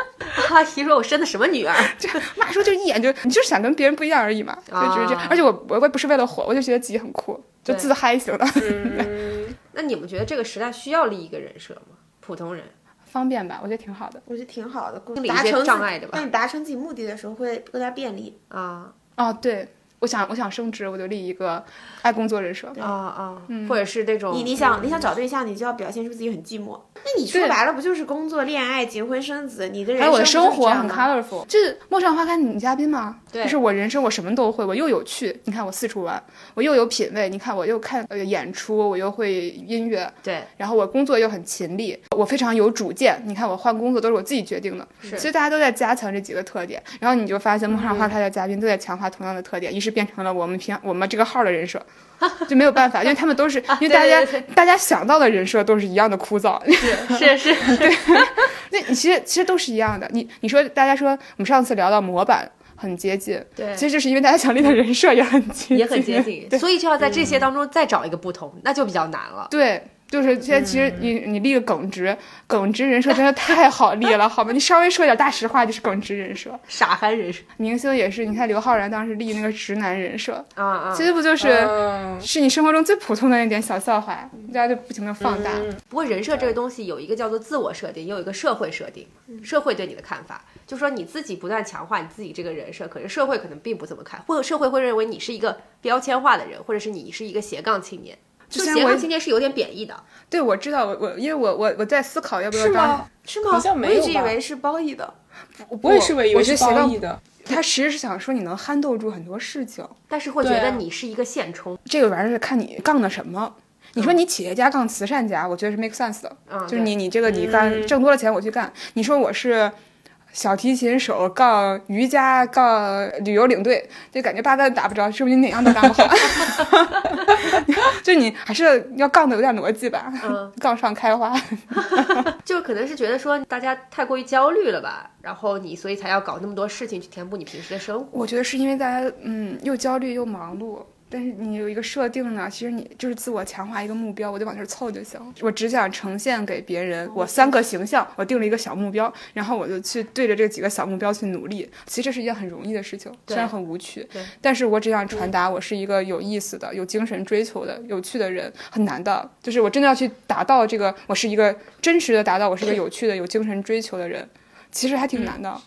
Speaker 4: 阿姨说我生的什么女儿？
Speaker 2: 妈说就一眼就你就是想跟别人不一样而已嘛，就只是这样
Speaker 4: 啊。
Speaker 2: 而且我我也不是为了火，我就觉得自己很酷，就
Speaker 4: 对嗯
Speaker 2: 自嗨型的，
Speaker 4: 那你们觉得这个时代需要立一个人设吗？普通人，
Speaker 2: 方便吧，我觉得挺好的。
Speaker 3: 我觉得挺好的，
Speaker 4: 理一
Speaker 3: 达
Speaker 4: 些
Speaker 3: 成
Speaker 4: 障
Speaker 3: 自
Speaker 4: 碍的吧
Speaker 3: 当你达成自己目的的时候，会更加便利。
Speaker 4: 啊
Speaker 2: 哦，对，我想我想升职，我就立一个爱工作人设。
Speaker 4: 啊啊，或者是这种嗯
Speaker 3: 你你想你想找对象，你就要表现出自己很寂寞。那你说
Speaker 2: 对
Speaker 3: 白了，不就是工作、恋爱、结婚、生子？你的人
Speaker 2: 还有我的
Speaker 3: 生
Speaker 2: 生
Speaker 3: 不就是这
Speaker 2: 活
Speaker 3: 样
Speaker 2: 很
Speaker 3: 吗
Speaker 2: colorful，就是《陌上花开》女嘉宾嘛，
Speaker 4: 对
Speaker 2: 就是我人生我什么都会，我又有趣，你看我四处玩，我又有品味，你看我又看呃演出，我又会音乐，
Speaker 4: 对
Speaker 2: 然后我工作又很勤力，我非常有主见。你看我换工作都是我自己决定的，
Speaker 4: 是
Speaker 2: 所以大家都在加强这几个特点。然后你就发现《陌上花开》的嘉宾都在强化同样的特点，于是变成了我们平我们这个号的人设， 就没有办法，因为他们都是因为大家
Speaker 4: 啊对对
Speaker 2: 大家想到的人设都是一样的枯燥。
Speaker 4: 是是
Speaker 2: 那你其实其实都是一样的。你你说大家说我们上次聊到模板很接近，
Speaker 4: 对
Speaker 2: 其实就是因为大家想立的人设也很接近，
Speaker 4: 也很接近，
Speaker 2: 对
Speaker 4: 所以就要在这些当中再找一个不同，那就比较难了。
Speaker 2: 对，就是现在其实你、你立个耿直，耿直人设真的太好立了， 好吗？你稍微说点大实话就是耿直人设。
Speaker 4: 傻憨人设
Speaker 2: 明星也是，你看刘昊然当时立那个直男人设，
Speaker 4: 啊啊，
Speaker 2: 其实不就是、
Speaker 1: 嗯，
Speaker 2: 是你生活中最普通的那点小笑话，大家就不停的放大。
Speaker 4: 不过人设这个东西有一个叫做自我设定，也有一个社会设定，社会对你的看法，就说你自己不断强化你自己这个人设，可是社会可能并不怎么看，或者社会会认为你是一个标签化的人，或者是你是一个斜杠青年。就
Speaker 2: 之前
Speaker 4: 斜
Speaker 2: 我
Speaker 4: 杠
Speaker 2: 也
Speaker 4: 青年是有点贬义的，
Speaker 2: 对，我知道，我我因为我我我在思考要不要
Speaker 3: 是
Speaker 2: 当
Speaker 3: 吗？是吗？
Speaker 1: 好像没有
Speaker 3: 我一直以
Speaker 1: 吧
Speaker 3: 为是褒义的。
Speaker 1: 我也是为
Speaker 2: 我
Speaker 1: 有
Speaker 2: 觉得
Speaker 1: 是
Speaker 2: 斜
Speaker 1: 褒
Speaker 2: 杠
Speaker 1: 义的，
Speaker 2: 他其实是想说你能憨豆住很多事情，
Speaker 4: 但是会觉
Speaker 1: 对啊
Speaker 4: 得你是一个现充，
Speaker 2: 这个玩意儿是看你杠的什么。你说你企业家杠慈善家，我觉得是 make sense 的，
Speaker 4: 嗯
Speaker 2: 就是你你这个你干挣多了钱我去干。你说我是小提琴手杠瑜伽杠旅游领队，就感觉八竿子打不着，说不定哪样都干不好。 就你还是要杠的有点逻辑吧，
Speaker 4: 嗯
Speaker 2: 杠上开花。
Speaker 4: 就可能是觉得说大家太过于焦虑了吧，然后你所以才要搞那么多事情去填补你平时的生活。
Speaker 2: 我觉得是因为大家嗯又焦虑又忙碌，但是你有一个设定呢，其实你就是自我强化一个目标，我就往这儿凑就行。我只想呈现给别人我三个形象，我定了一个小目标，然后我就去对着这几个小目标去努力。其实这是一件很容易的事情，虽然很无趣
Speaker 4: 对，
Speaker 2: 但是我只想传达我是一个有意思的、有精神追求的、有趣的人，很难的。就是我真的要去达到这个，我是一个真实的达到我是一个有趣的、有精神追求的人，其实还挺难的。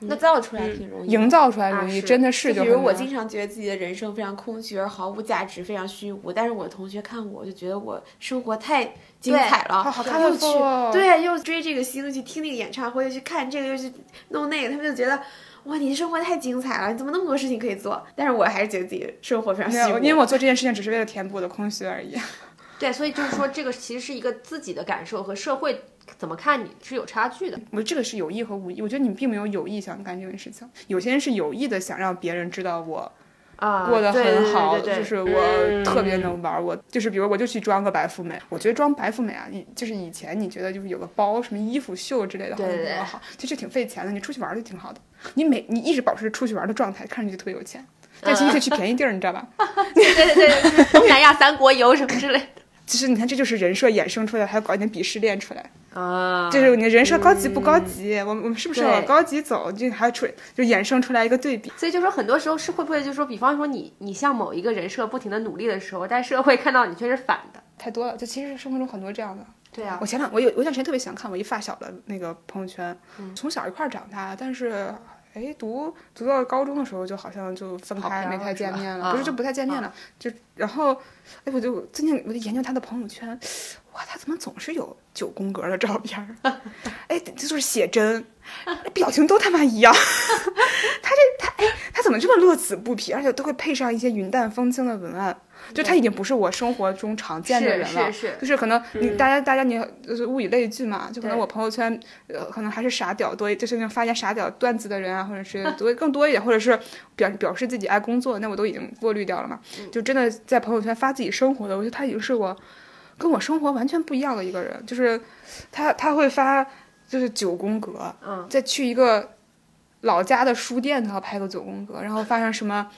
Speaker 3: 那造出来挺容易的。
Speaker 2: 营造出来
Speaker 4: 啊
Speaker 2: 容易，
Speaker 4: 是
Speaker 2: 真的是
Speaker 3: 就
Speaker 2: 就
Speaker 3: 比如
Speaker 2: 很
Speaker 3: 我
Speaker 2: 难
Speaker 3: 经常觉得自己的人生非常空虚而毫无价值，非常虚无。但是我的同学看我就觉得我生活太精彩了，
Speaker 2: 好好看
Speaker 3: 又
Speaker 2: 了
Speaker 3: 去
Speaker 2: 哦
Speaker 3: 对又追这个星，又去听那个演唱会，又去看这个，又去弄那个，他们就觉得哇，你的生活太精彩了，你怎么那么多事情可以做？但是我还是觉得自己生活非常
Speaker 2: 没
Speaker 3: 虚
Speaker 2: 有，
Speaker 3: 无，
Speaker 2: 因为我做这件事情只是为了填补我的空虚而已。
Speaker 4: 对，所以就是说这个其实是一个自己的感受和社会怎么看你是有差距的。
Speaker 2: 我这个是有意和无意，我觉得你并没有有意想干这件事情。有些人是有意的想让别人知道我
Speaker 4: 啊，
Speaker 2: 过得
Speaker 3: 对对
Speaker 2: 很
Speaker 3: 对
Speaker 2: 好，
Speaker 3: 对对
Speaker 2: 就是我特别能玩儿，我就是比如我就去装个白富美。我觉得装白富美啊，以就是以前你觉得就是有个包、什么衣服秀之类的，好像
Speaker 4: 对对
Speaker 2: 比较
Speaker 4: 对
Speaker 2: 好，其实挺费钱的。你出去玩儿就挺好的，你每你一直保持出去玩儿的状态，看上去就特别有钱。但其实你可以去便宜地儿，你知道吧？
Speaker 4: 对对对，东南亚三国游什么之类的。
Speaker 2: 其实你看，这就是人设衍生出来，还要搞一点鄙视链出来。
Speaker 4: 啊，
Speaker 2: 就是你的人设高级不高级，我们我们是不是往
Speaker 4: 对
Speaker 2: 高级走？就还出就衍生出来一个对比，
Speaker 4: 所以就说很多时候是会不会就说，比方说你你向某一个人设不停的努力的时候，但社会看到你却是反的。
Speaker 2: 太多了。就其实生活中很多这样的。
Speaker 4: 对啊
Speaker 2: 我，前两我有我有段时间特别想看我一发小的那个朋友圈，
Speaker 4: 嗯
Speaker 2: 从小一块儿长大，但是哎读读到高中的时候就好像就分
Speaker 4: 跑
Speaker 2: 开
Speaker 4: 偏
Speaker 2: 没
Speaker 4: 了
Speaker 2: 太
Speaker 4: 是
Speaker 2: 见
Speaker 4: 吧
Speaker 2: 面
Speaker 4: 啊
Speaker 2: 了，不是就不太见面了，就然后哎我就最近我就研究他的朋友圈，哇他怎么总是有九宫格的照片儿？哎这就是写真，表情都他妈一样， 他这他哎他怎么这么乐此不疲，而且都会配上一些云淡风轻的文案。就他已经不是我生活中常见的
Speaker 4: 是
Speaker 2: 人了，
Speaker 4: 是是，
Speaker 2: 就是可能你大家大家你就是物以类聚嘛，就可能
Speaker 4: 对
Speaker 2: 我朋友圈呃可能还是傻屌多一，就是那种发言傻屌段子的人啊，或者是多更多一点，或者是表表示自己爱工作，那我都已经过滤掉了嘛。
Speaker 4: 嗯
Speaker 2: 就真的在朋友圈发自己生活的，我觉得他已经是我跟我生活完全不一样的一个人，就是他他会发就是九宫格，
Speaker 4: 嗯
Speaker 2: 再去一个老家的书店，他要拍个九宫格，然后发上什么。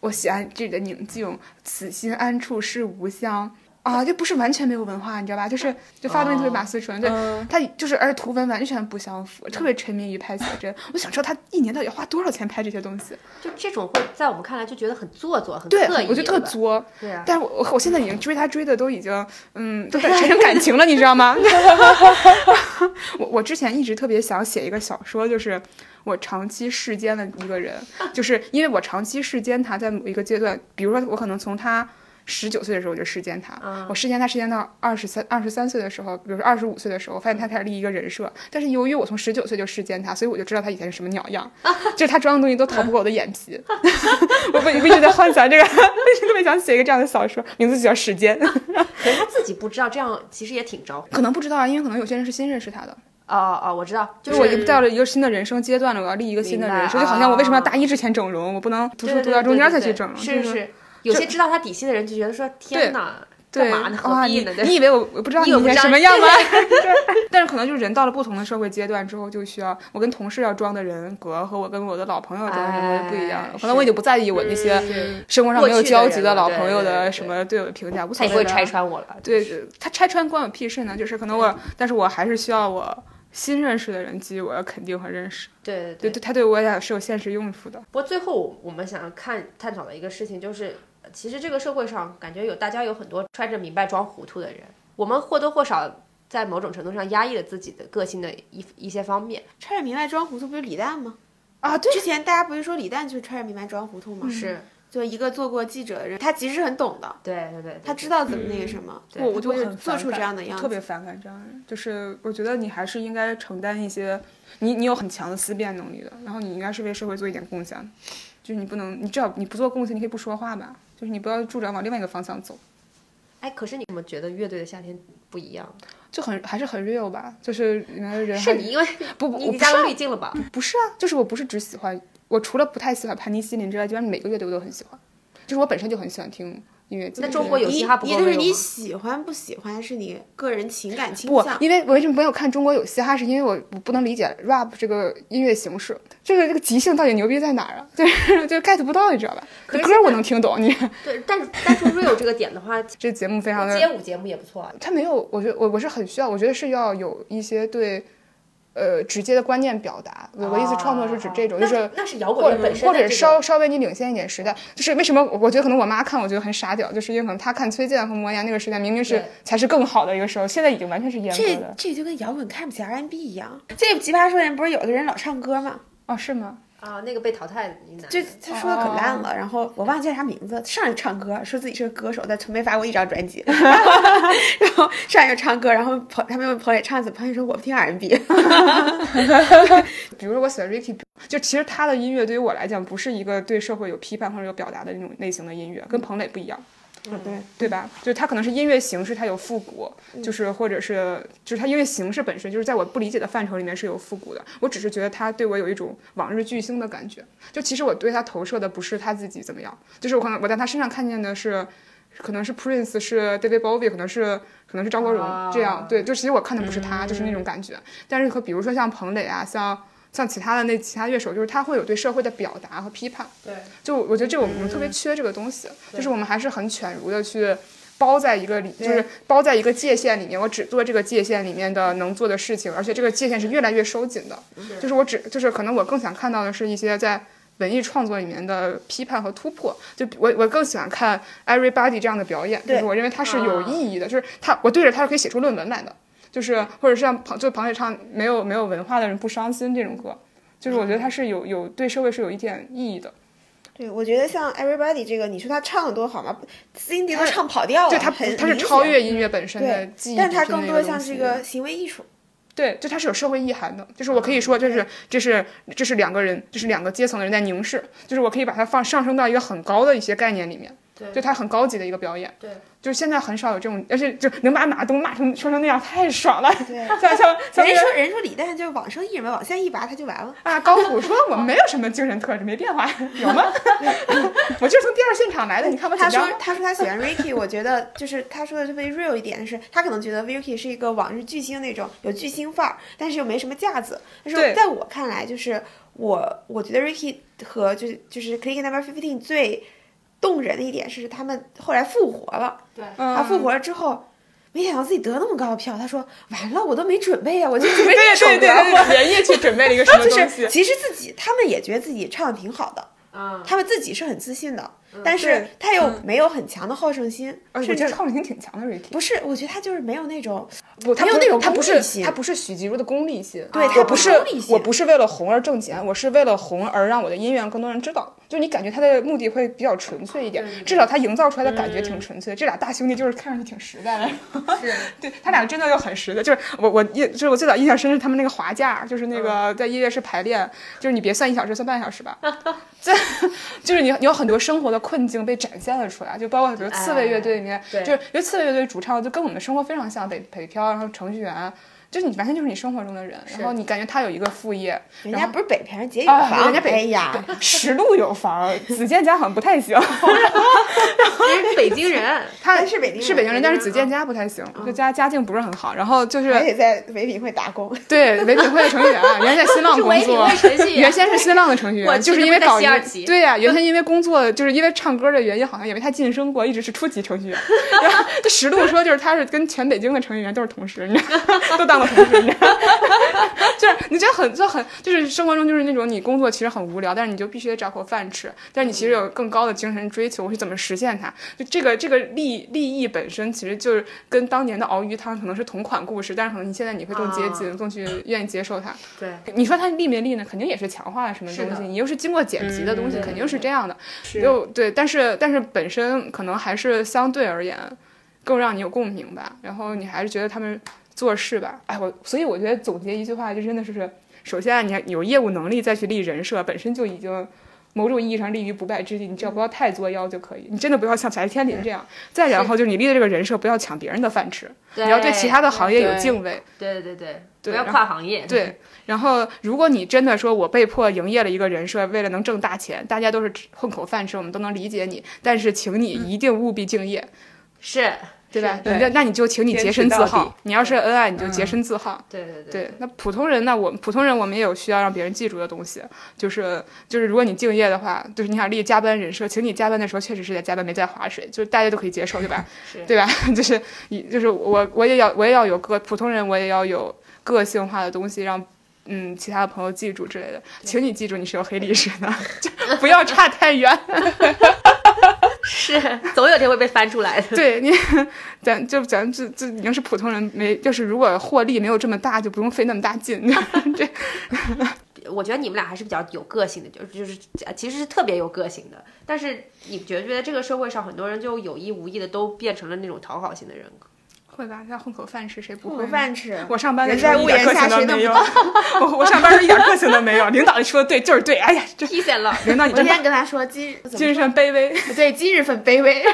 Speaker 2: 我喜爱这里的宁静，此心安处是吾乡啊，就不是完全没有文化，你知道吧？就是就发东
Speaker 4: 哦
Speaker 2: 西特别马思纯，对，
Speaker 4: 嗯
Speaker 2: 他就是而且图文完全不相符，特别沉迷于拍写真。我想知道他一年到底花多少钱拍这些东西？
Speaker 4: 就这种会在我们看来就觉得很做作，很
Speaker 2: 对
Speaker 4: 刻意，，
Speaker 2: 我就特
Speaker 4: 对吧。
Speaker 2: 作。
Speaker 4: 对啊，
Speaker 2: 但是我我我现在已经追他追的都已经，嗯，都产生感情了，你知道吗？ 我我之前一直特别想写一个小说，就是我长期视奸的一个人，就是因为我长期视奸他，在某一个阶段，比如说我可能从他。十九岁的时候我就视奸他，我视奸他视奸到二十三二十三岁的时候，比如说二十五岁的时候，我发现他开始立一个人设。但是由于我从十九岁就视奸他，所以我就知道他以前是什么鸟样，就是他装的东西都逃不过我的眼皮。 我不，我一直在幻想这个， 特别想写一个这样的小说，名字就叫《时间》。
Speaker 4: 可是他自己不知道，这样其实也挺招呼。
Speaker 2: 可能不知道啊，因为可能有些人是新认识他的，
Speaker 4: 哦哦，我知道，就
Speaker 2: 就是是我已经到了一个新的人生阶段了，我要立一个新的
Speaker 4: 明白
Speaker 2: 人生，就好像我为什么要
Speaker 4: 啊
Speaker 2: 大一之前整容，我不能读
Speaker 4: 对
Speaker 2: 书
Speaker 4: 对
Speaker 2: 读到
Speaker 4: 对
Speaker 2: 中间
Speaker 4: 对
Speaker 2: 再
Speaker 4: 对
Speaker 2: 去整容，
Speaker 4: 是
Speaker 2: 就是
Speaker 4: 是，有些知道他底细的人就觉得说，天哪，干
Speaker 2: 对，
Speaker 4: 嘛呢？何
Speaker 2: 哇
Speaker 4: 必
Speaker 2: 你
Speaker 4: 呢？
Speaker 2: 你以为我我不知道
Speaker 4: 你
Speaker 2: 你
Speaker 4: 以为
Speaker 2: 以
Speaker 4: 我
Speaker 2: 前
Speaker 4: 不知
Speaker 2: 什
Speaker 4: 道
Speaker 2: 么样吗？对 但是可能就是人到了不同的社会阶段之后，就需要我跟同事要装的人格和我跟我的老朋友装的人格就不一样了
Speaker 4: 哎。
Speaker 2: 可能我已经不在意我那些
Speaker 4: 是
Speaker 2: 生活上
Speaker 4: 过
Speaker 2: 没有
Speaker 4: 去的
Speaker 2: 交
Speaker 4: 人
Speaker 2: 集
Speaker 4: 了
Speaker 2: 的老
Speaker 4: 对
Speaker 2: 朋友
Speaker 4: 对对
Speaker 2: 的
Speaker 4: 对
Speaker 2: 什么对我的评价，无所
Speaker 4: 他
Speaker 2: 谓
Speaker 4: 也不会
Speaker 2: 的
Speaker 4: 拆穿我了。
Speaker 2: 对，对他拆穿关我屁事呢？就是可能我，但是我还是需要我新认识的人给予我要肯定和认识。
Speaker 4: 对
Speaker 2: 对，对，他对我也是有现实用处的。
Speaker 4: 不过最后我我们想要看探讨的一个事情就是，呃其实这个社会上感觉有大家有很多揣着明白装糊涂的人，我们或多或少在某种程度上压抑了自己的个性的一一些方面。
Speaker 3: 揣着明白装糊涂，不是李诞吗？
Speaker 2: 啊，对嗯
Speaker 3: 之前大家不是说李诞就是揣着明白装糊涂吗？
Speaker 4: 是
Speaker 3: 就一个做过记者的人，他其实很懂的，
Speaker 4: 对对对，
Speaker 3: 他知道怎么那个什么，
Speaker 4: 对
Speaker 2: 我我就
Speaker 3: 他不会
Speaker 2: 很
Speaker 3: 做
Speaker 2: 反
Speaker 3: 出这
Speaker 2: 感
Speaker 3: 样的样
Speaker 2: 我
Speaker 3: 子。
Speaker 2: 特别反感这样的人。就是我觉得你还是应该承担一些，你你有很强的思辨能力的，然后你应该是为社会做一点贡献的。就是你不能，你至少你不做贡献，你可以不说话吧。就是你不要助长往另外一个方向走，
Speaker 4: 哎，可是你怎么觉得乐队的夏天不一样？
Speaker 2: 就很还是很 real 吧。就是里面的人
Speaker 4: 是
Speaker 2: 还
Speaker 4: 你因为
Speaker 2: 不不
Speaker 4: 你
Speaker 2: 我
Speaker 4: 你
Speaker 2: 不
Speaker 4: 加
Speaker 2: 是
Speaker 4: 入
Speaker 2: 啊
Speaker 4: 滤镜了吧？
Speaker 2: 不是啊，就是我不是只喜欢，我除了不太喜欢盘尼西林之外，基本上每个乐队我都很喜欢。就是我本身就很喜欢听音乐节。
Speaker 4: 那中国有
Speaker 3: 一
Speaker 4: 嘻哈不
Speaker 3: 一
Speaker 4: 够
Speaker 3: 就是
Speaker 4: 用
Speaker 3: 你
Speaker 4: 吗
Speaker 3: 喜欢不喜欢是你个人情感倾
Speaker 2: 不
Speaker 3: 向，，
Speaker 2: 因为我为什么没有看中国有嘻哈，是因为我我不能理解 rap 这个音乐形式，这个这个即兴到底牛逼在哪儿啊？ 就是就是 get 不到，你知道吧？
Speaker 4: 可是
Speaker 2: 歌
Speaker 4: 现
Speaker 2: 我
Speaker 4: 在
Speaker 2: 能听懂，你
Speaker 4: 对，但是但是 real 这个点的话，
Speaker 2: 这节目非常的
Speaker 4: 街舞节目也不错啊。
Speaker 2: 他没有，我觉得我我是很需要，我觉得是要有一些对，呃，直接的观念表达。我的意思，创作是指这种，
Speaker 4: 哦那
Speaker 2: 就是
Speaker 4: 那是摇滚
Speaker 2: 或
Speaker 4: 乐
Speaker 2: 者
Speaker 4: 本身
Speaker 2: 或
Speaker 4: 的
Speaker 2: 者
Speaker 4: 这
Speaker 2: 稍
Speaker 4: 种
Speaker 2: 稍微你领先一点时代。就是为什么我我觉得可能我妈看我觉得很傻屌，就是因为可能她看崔健和磨牙那个时代，明明是
Speaker 4: 对
Speaker 2: 才是更好的一个时候，现在已经完全是阉
Speaker 3: 这
Speaker 2: 割的。
Speaker 3: 这就跟摇滚看不起 R&B 一样。这奇葩说里面不是有个人老唱歌吗？
Speaker 2: 哦，是吗？
Speaker 4: 啊，那个被淘汰的那男
Speaker 3: 就
Speaker 4: 的，
Speaker 3: 他说的可烂了，然后我忘了叫啥名字，上来唱歌，说自己是个歌手，但从没发过一张专辑。然后上来就唱歌，然后朋他们问彭磊唱怎么，彭磊说我不听 R&B。
Speaker 2: 比如说我喜欢 Ricky，就其实他的音乐对于我来讲不是一个对社会有批判或者有表达的那种类型的音乐，跟彭磊不一样。
Speaker 3: 对，
Speaker 2: 对吧？就是它可能是音乐形式，它有复古，就是或者是就是它音乐形式本身就是在我不理解的范畴里面是有复古的。我只是觉得它对我有一种往日巨星的感觉。就其实我对他投射的不是他自己怎么样，就是我可能我在他身上看见的是，可能是 Prince，是 David Bowie，可能是可能是张国荣、这样。对，就其实我看的不是他，就是那种感觉。但是和比如说像彭磊啊，像。像其他的那其他乐手，就是他会有对社会的表达和批判，
Speaker 4: 对，
Speaker 2: 就我觉得这个我们特别缺这个东西，就是我们还是很犬儒的去包在一个里，就是包在一个界限里面，我只做这个界限里面的能做的事情，而且这个界限是越来越收紧的。就是我只就是可能我更想看到的是一些在。文艺创作里面的批判和突破，就我我更喜欢看 Everybody 这样的表演，就是我认为它是有意义的，就是它我对着它是可以写出论文来的，就是或者是像庞就庞德唱没有没有文化的人不伤心这种歌，就是我觉得它是有有对社会是有一点意义的，
Speaker 3: 对，我觉得像 Everybody 这个，你说他唱的多好吗？Cindy 都唱跑调了，
Speaker 2: 对它
Speaker 3: 哦很
Speaker 2: 它是
Speaker 3: 明
Speaker 2: 超
Speaker 3: 显
Speaker 2: 越音乐本身的
Speaker 3: 对
Speaker 2: 记忆，
Speaker 3: 但它更多像
Speaker 2: 是
Speaker 3: 是一个行为艺术。
Speaker 2: 对，就它是有社会意涵的，就是我可以
Speaker 3: 哦
Speaker 2: 说，就是这是这是两个人，这是两个阶层的人在凝视，就是我可以把它放上升到一个很高的一些概念里面，对，就它很高级的一个表演，对，就是现在很少有这种，而且就能把马东骂成说成那样，太爽了，对，像像像那
Speaker 3: 人
Speaker 2: 个
Speaker 3: 说人说李诞就是往生艺人嘛，往下一拔他就完了。
Speaker 2: 啊，高虎说我没有什么精神特质，没变化，有吗？ 我就是从第二现场来的，你看我
Speaker 3: 他
Speaker 2: 紧
Speaker 3: 说
Speaker 2: 张吗，
Speaker 3: 他说他喜欢 Ricky，我觉得就是他说的特别 real 一点是，他可能觉得 Ricky 是一个往日巨星那种有巨星范儿，但是又没什么架子。但
Speaker 2: 对
Speaker 3: 是在我看来，就是我我觉得 Ricky 和就是就是 Click Number Fifteen 最动人的一点是他们后来复活了。他复活了之后，没想到自己得那么高的票。他说：“完了，我都没准备啊，我就准备这首
Speaker 2: 对对
Speaker 3: 歌。
Speaker 2: 对对，连夜去准备了一个什么
Speaker 3: 就
Speaker 2: 东
Speaker 3: 是
Speaker 2: 西，
Speaker 3: 其实自己他们也觉得自己唱的挺好的，
Speaker 4: 啊，
Speaker 3: 他们自己是很自信的，但是
Speaker 2: 对
Speaker 3: 他又没有很强的好胜心，
Speaker 2: 而且
Speaker 3: 甚
Speaker 2: 哎我觉得
Speaker 3: 至
Speaker 2: 创新挺强的 Ricky。
Speaker 3: 不是，我觉得他就是没有那种
Speaker 2: 不，他
Speaker 3: 没
Speaker 2: 不
Speaker 3: 有
Speaker 2: 是
Speaker 3: 那种
Speaker 2: 他不
Speaker 3: 功
Speaker 2: 是
Speaker 3: 利性
Speaker 2: 他不是许吉如的功利性，啊
Speaker 3: 对
Speaker 2: 我
Speaker 3: 他
Speaker 2: 不
Speaker 3: 不是
Speaker 2: 是
Speaker 3: 功利性
Speaker 2: 我不是为了红而挣钱，我是为了红而让我的音乐让更多人知道。就你感觉他的目的会比较纯粹一点，至少他营造出来的感
Speaker 3: 嗯
Speaker 2: 觉挺纯粹。这俩大兄弟就是看上去挺实在的，是， 对他俩真的就很实在。就是我我印就是我最早印象深是他们那个滑架，就是那个
Speaker 3: 嗯
Speaker 2: 在音乐室排练，就是你别算一小时，算半小时吧。 这就是你你有很多生活的困境被展现了出来，就包括比如刺猬乐队里面，
Speaker 4: 对
Speaker 2: 就是因为刺猬乐队主唱就跟我们生活非常像，北北漂，然后程序员。啊就是你完全就是你生活中的人，然后你感觉他有一个副业，
Speaker 3: 人
Speaker 2: 然
Speaker 3: 家
Speaker 2: 后
Speaker 3: 不是北平，人家有
Speaker 2: 啊
Speaker 3: 房，
Speaker 2: 人家北
Speaker 3: 哎呀，
Speaker 2: 石路有房，子健家好像不太 行，
Speaker 4: 因为北京人，
Speaker 2: 他
Speaker 3: 但是北京人
Speaker 2: 是北京人，但是子健家不太行，就家家境不是很好，然后就是
Speaker 3: 还得在唯品会打 工。
Speaker 2: 对，唯品会的程序员，原来在新浪工
Speaker 5: 唯品
Speaker 2: 作
Speaker 5: 会程序，员
Speaker 2: 原先是新浪的程序
Speaker 4: 我
Speaker 2: 员，
Speaker 4: 去
Speaker 2: 就是
Speaker 4: 他
Speaker 2: 因
Speaker 4: 妈
Speaker 2: 为
Speaker 4: 在
Speaker 2: 搞
Speaker 4: 西
Speaker 2: 音
Speaker 4: 二旗
Speaker 2: 对呀、原先因为工作，就是因为唱歌的原因，好像也没太晋升过，一直是初级程序员。 然后这石路说，就是他是跟全北京的程序员都是同事，你知道吗，都当过同事，你知道吗， 就是你觉得很就很就是生活中就是那种你工作其实很无聊，但是你就必须得找口饭吃，但是你其实有更高的精神追求，我是怎么实现它？就这个这个利利益本身，其实就是跟当年的熬鱼汤可能是同款故事，但是可能你现在你会更接近，更去愿意接受它。
Speaker 4: 对，
Speaker 2: 你说它利没利呢？肯定也是强化了什么
Speaker 4: 是
Speaker 2: 东西，
Speaker 4: 的
Speaker 2: 你又是经过剪辑的东西，
Speaker 4: 对
Speaker 2: 肯定是这样的。又对，但是但是本身可能还是相对而言更让你有共鸣吧，然后你还是觉得他们做事吧，哎，我所以我觉得总结一句话就真的是，首先啊你还有业务能力再去立人设，本身就已经。某种意义上立于不败之地，你只要不要太作妖就可以。你真的不要像翟天临这样。再然后就是你立的这个人设，不要抢别人的饭吃，你要对其他的行业有
Speaker 1: 对
Speaker 2: 敬畏。
Speaker 4: 对对对
Speaker 2: 对
Speaker 4: 对，不要
Speaker 2: 然
Speaker 4: 跨行业，
Speaker 2: 对，然后如果你真的说我被迫营业了一个人设，为了能挣大钱，大家都是吃混口饭吃，我们都能理解你，但是请你一定务必敬业，
Speaker 4: 是，
Speaker 2: 对吧？
Speaker 1: 嗯对
Speaker 2: 你那那你就请你
Speaker 1: 坚
Speaker 2: 洁
Speaker 1: 持
Speaker 2: 身自
Speaker 1: 到
Speaker 2: 好
Speaker 1: 底，
Speaker 2: 你要是恩爱，你就洁身自好。
Speaker 4: 对对对
Speaker 2: 对，那普通人呢？我普通人我们也有需要让别人记住的东西，就是就是，如果你敬业的话，就是你想立加班人设，请你加班的时候确实是在加班，没在划水，就是大家都可以接受，对吧？ 对吧？就是你就是我我也要我也要有个普通人，我也要有个性化的东西让。嗯，其他的朋友记住之类的，请你记住你是有黑历史的，就不要差太远。
Speaker 4: 是， 总有一天会被翻出来的。
Speaker 2: 对你，咱就咱这这已经是普通人，没就是如果获利没有这么大，就不用费那么大劲。 这
Speaker 4: 我觉得你们俩还是比较有个性的，就是就是呃其实是特别有个性的。但是你觉不觉得这个社会上很多人就有意无意的都变成了那种讨好型的人格？
Speaker 2: 会吧？要混口饭吃，谁不会
Speaker 3: 混
Speaker 2: 呢？
Speaker 3: 饭吃
Speaker 2: 我上班的
Speaker 3: 人
Speaker 2: 时候
Speaker 3: 在
Speaker 2: 一
Speaker 3: 屋
Speaker 2: 点
Speaker 3: 檐
Speaker 2: 个
Speaker 3: 下
Speaker 2: 性都
Speaker 3: 谁都不
Speaker 2: 没有，我我上班时候一点个性都没有。领导说的对就是对，哎呀，这
Speaker 4: Peace and love，
Speaker 2: 领导你
Speaker 3: 我那
Speaker 2: 真
Speaker 3: 天跟他说今日 怎么
Speaker 2: 精神卑微。
Speaker 3: 对今日份卑微。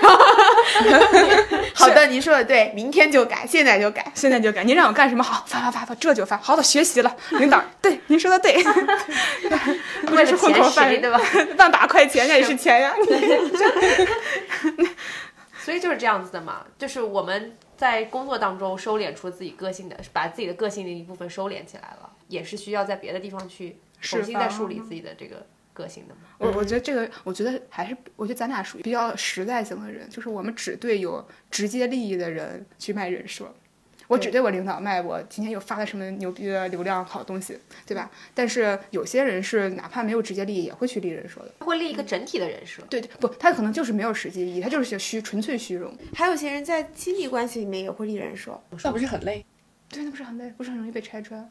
Speaker 3: 好的，您说的对，明天就改，现在就改。
Speaker 2: 现在就改，您让我干什么好？发发发发，这就发。好的，学习了。领导，对您说的对， 不只是混口
Speaker 4: 为了钱
Speaker 2: 饭
Speaker 4: 谁对吧？
Speaker 2: 万把块钱那也是钱呀。
Speaker 4: 所以就是这样子的嘛，就是我们在工作当中收敛出自己个性的，把自己的个性的一部分收敛起来了，也是需要在别的地方去重新再
Speaker 2: 释放
Speaker 4: 梳理自己的这个个性的吗？
Speaker 2: 我我觉得这个，我觉得还是，我觉得咱俩属于比较实在型的人，就是我们只对有直接利益的人去卖人设。我只对我领导卖我今天又发了什么牛逼的流量好东西，对吧？但是有些人是哪怕没有直接利益，也会去立人设的。
Speaker 4: 他会立一个整体的人设，
Speaker 2: 对对，不，他可能就是没有实际意义，他就是虚，纯粹虚荣。
Speaker 3: 还有些人在亲密关系里面也会立人设，
Speaker 1: 那不是很累？
Speaker 2: 对，那不是很累，不是很容易被拆穿，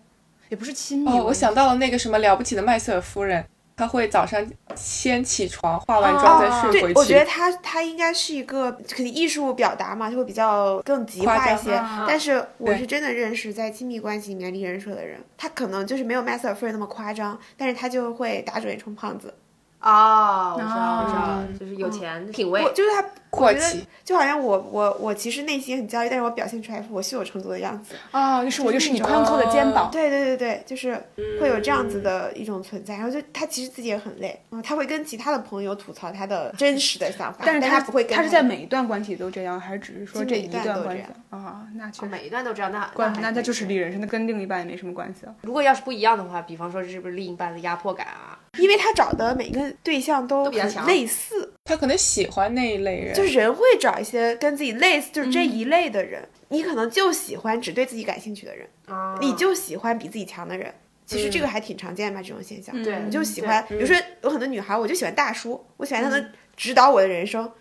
Speaker 2: 也不是亲密。
Speaker 1: 哦，我想到了那个什么了不起的麦瑟尔夫人，她会早上先起床，化完妆再睡回去。
Speaker 3: 我觉得他他应该是一个可能艺术表达嘛，就会比较更极
Speaker 1: 夸
Speaker 3: 化一
Speaker 1: 张
Speaker 3: 些。
Speaker 2: 啊
Speaker 3: 但是我
Speaker 1: 对
Speaker 3: 是真的认识在亲密关系里面立人设的人，他可能就是没有麦瑟尔夫人那么夸张，但是他就会打肿脸充胖子。
Speaker 4: 哦，我知道，
Speaker 2: 哦
Speaker 4: 我知道，就是有钱、品味
Speaker 3: 我，就是他，
Speaker 1: 过
Speaker 3: 我觉得
Speaker 1: 期
Speaker 3: 就好像我我我其实内心很焦虑，但是我表现出来一副我胸有成竹的样子。
Speaker 2: 啊，就是我就是你宽厚的肩膀。
Speaker 3: 对对对对，就是会有这样子的一种存在。然后就他其实自己也很累，嗯，他会跟其他的朋友吐槽他的真实的想法，
Speaker 2: 但
Speaker 3: 但
Speaker 2: 是
Speaker 3: 他
Speaker 2: 他
Speaker 3: 不会跟
Speaker 2: 他是在
Speaker 3: 们
Speaker 2: 每一段关系都这样，还是只是说
Speaker 3: 就
Speaker 2: 这
Speaker 3: 每一
Speaker 2: 一
Speaker 3: 段
Speaker 2: 段
Speaker 3: 都
Speaker 2: 关
Speaker 3: 这
Speaker 2: 系
Speaker 3: 样
Speaker 2: 啊？那确
Speaker 4: 哦
Speaker 2: 实，
Speaker 4: 每一段都知道，那
Speaker 2: 关
Speaker 4: 那还
Speaker 2: 那他就是
Speaker 4: 可以
Speaker 2: 立人生，那跟另一半也没什么关系了。
Speaker 4: 如果要是不一样的话，比方说是不是另一半的压迫感啊？
Speaker 3: 因为他找的每个对象都
Speaker 4: 都比较
Speaker 3: 很
Speaker 4: 强
Speaker 3: 类似，
Speaker 1: 她可能喜欢那一类人，
Speaker 3: 就是人会找一些跟自己类似，就是
Speaker 2: 嗯
Speaker 3: 这一类的人。你可能就喜欢只对自己感兴趣的人，
Speaker 4: 啊，
Speaker 2: 嗯
Speaker 3: 你就喜欢比自己强的人。其实这个还挺常见吧，这种现象。
Speaker 4: 对
Speaker 3: 我
Speaker 2: 嗯嗯
Speaker 3: 就喜欢，比如说有很多女孩，我就喜欢大叔，我喜欢他能指导我的人生。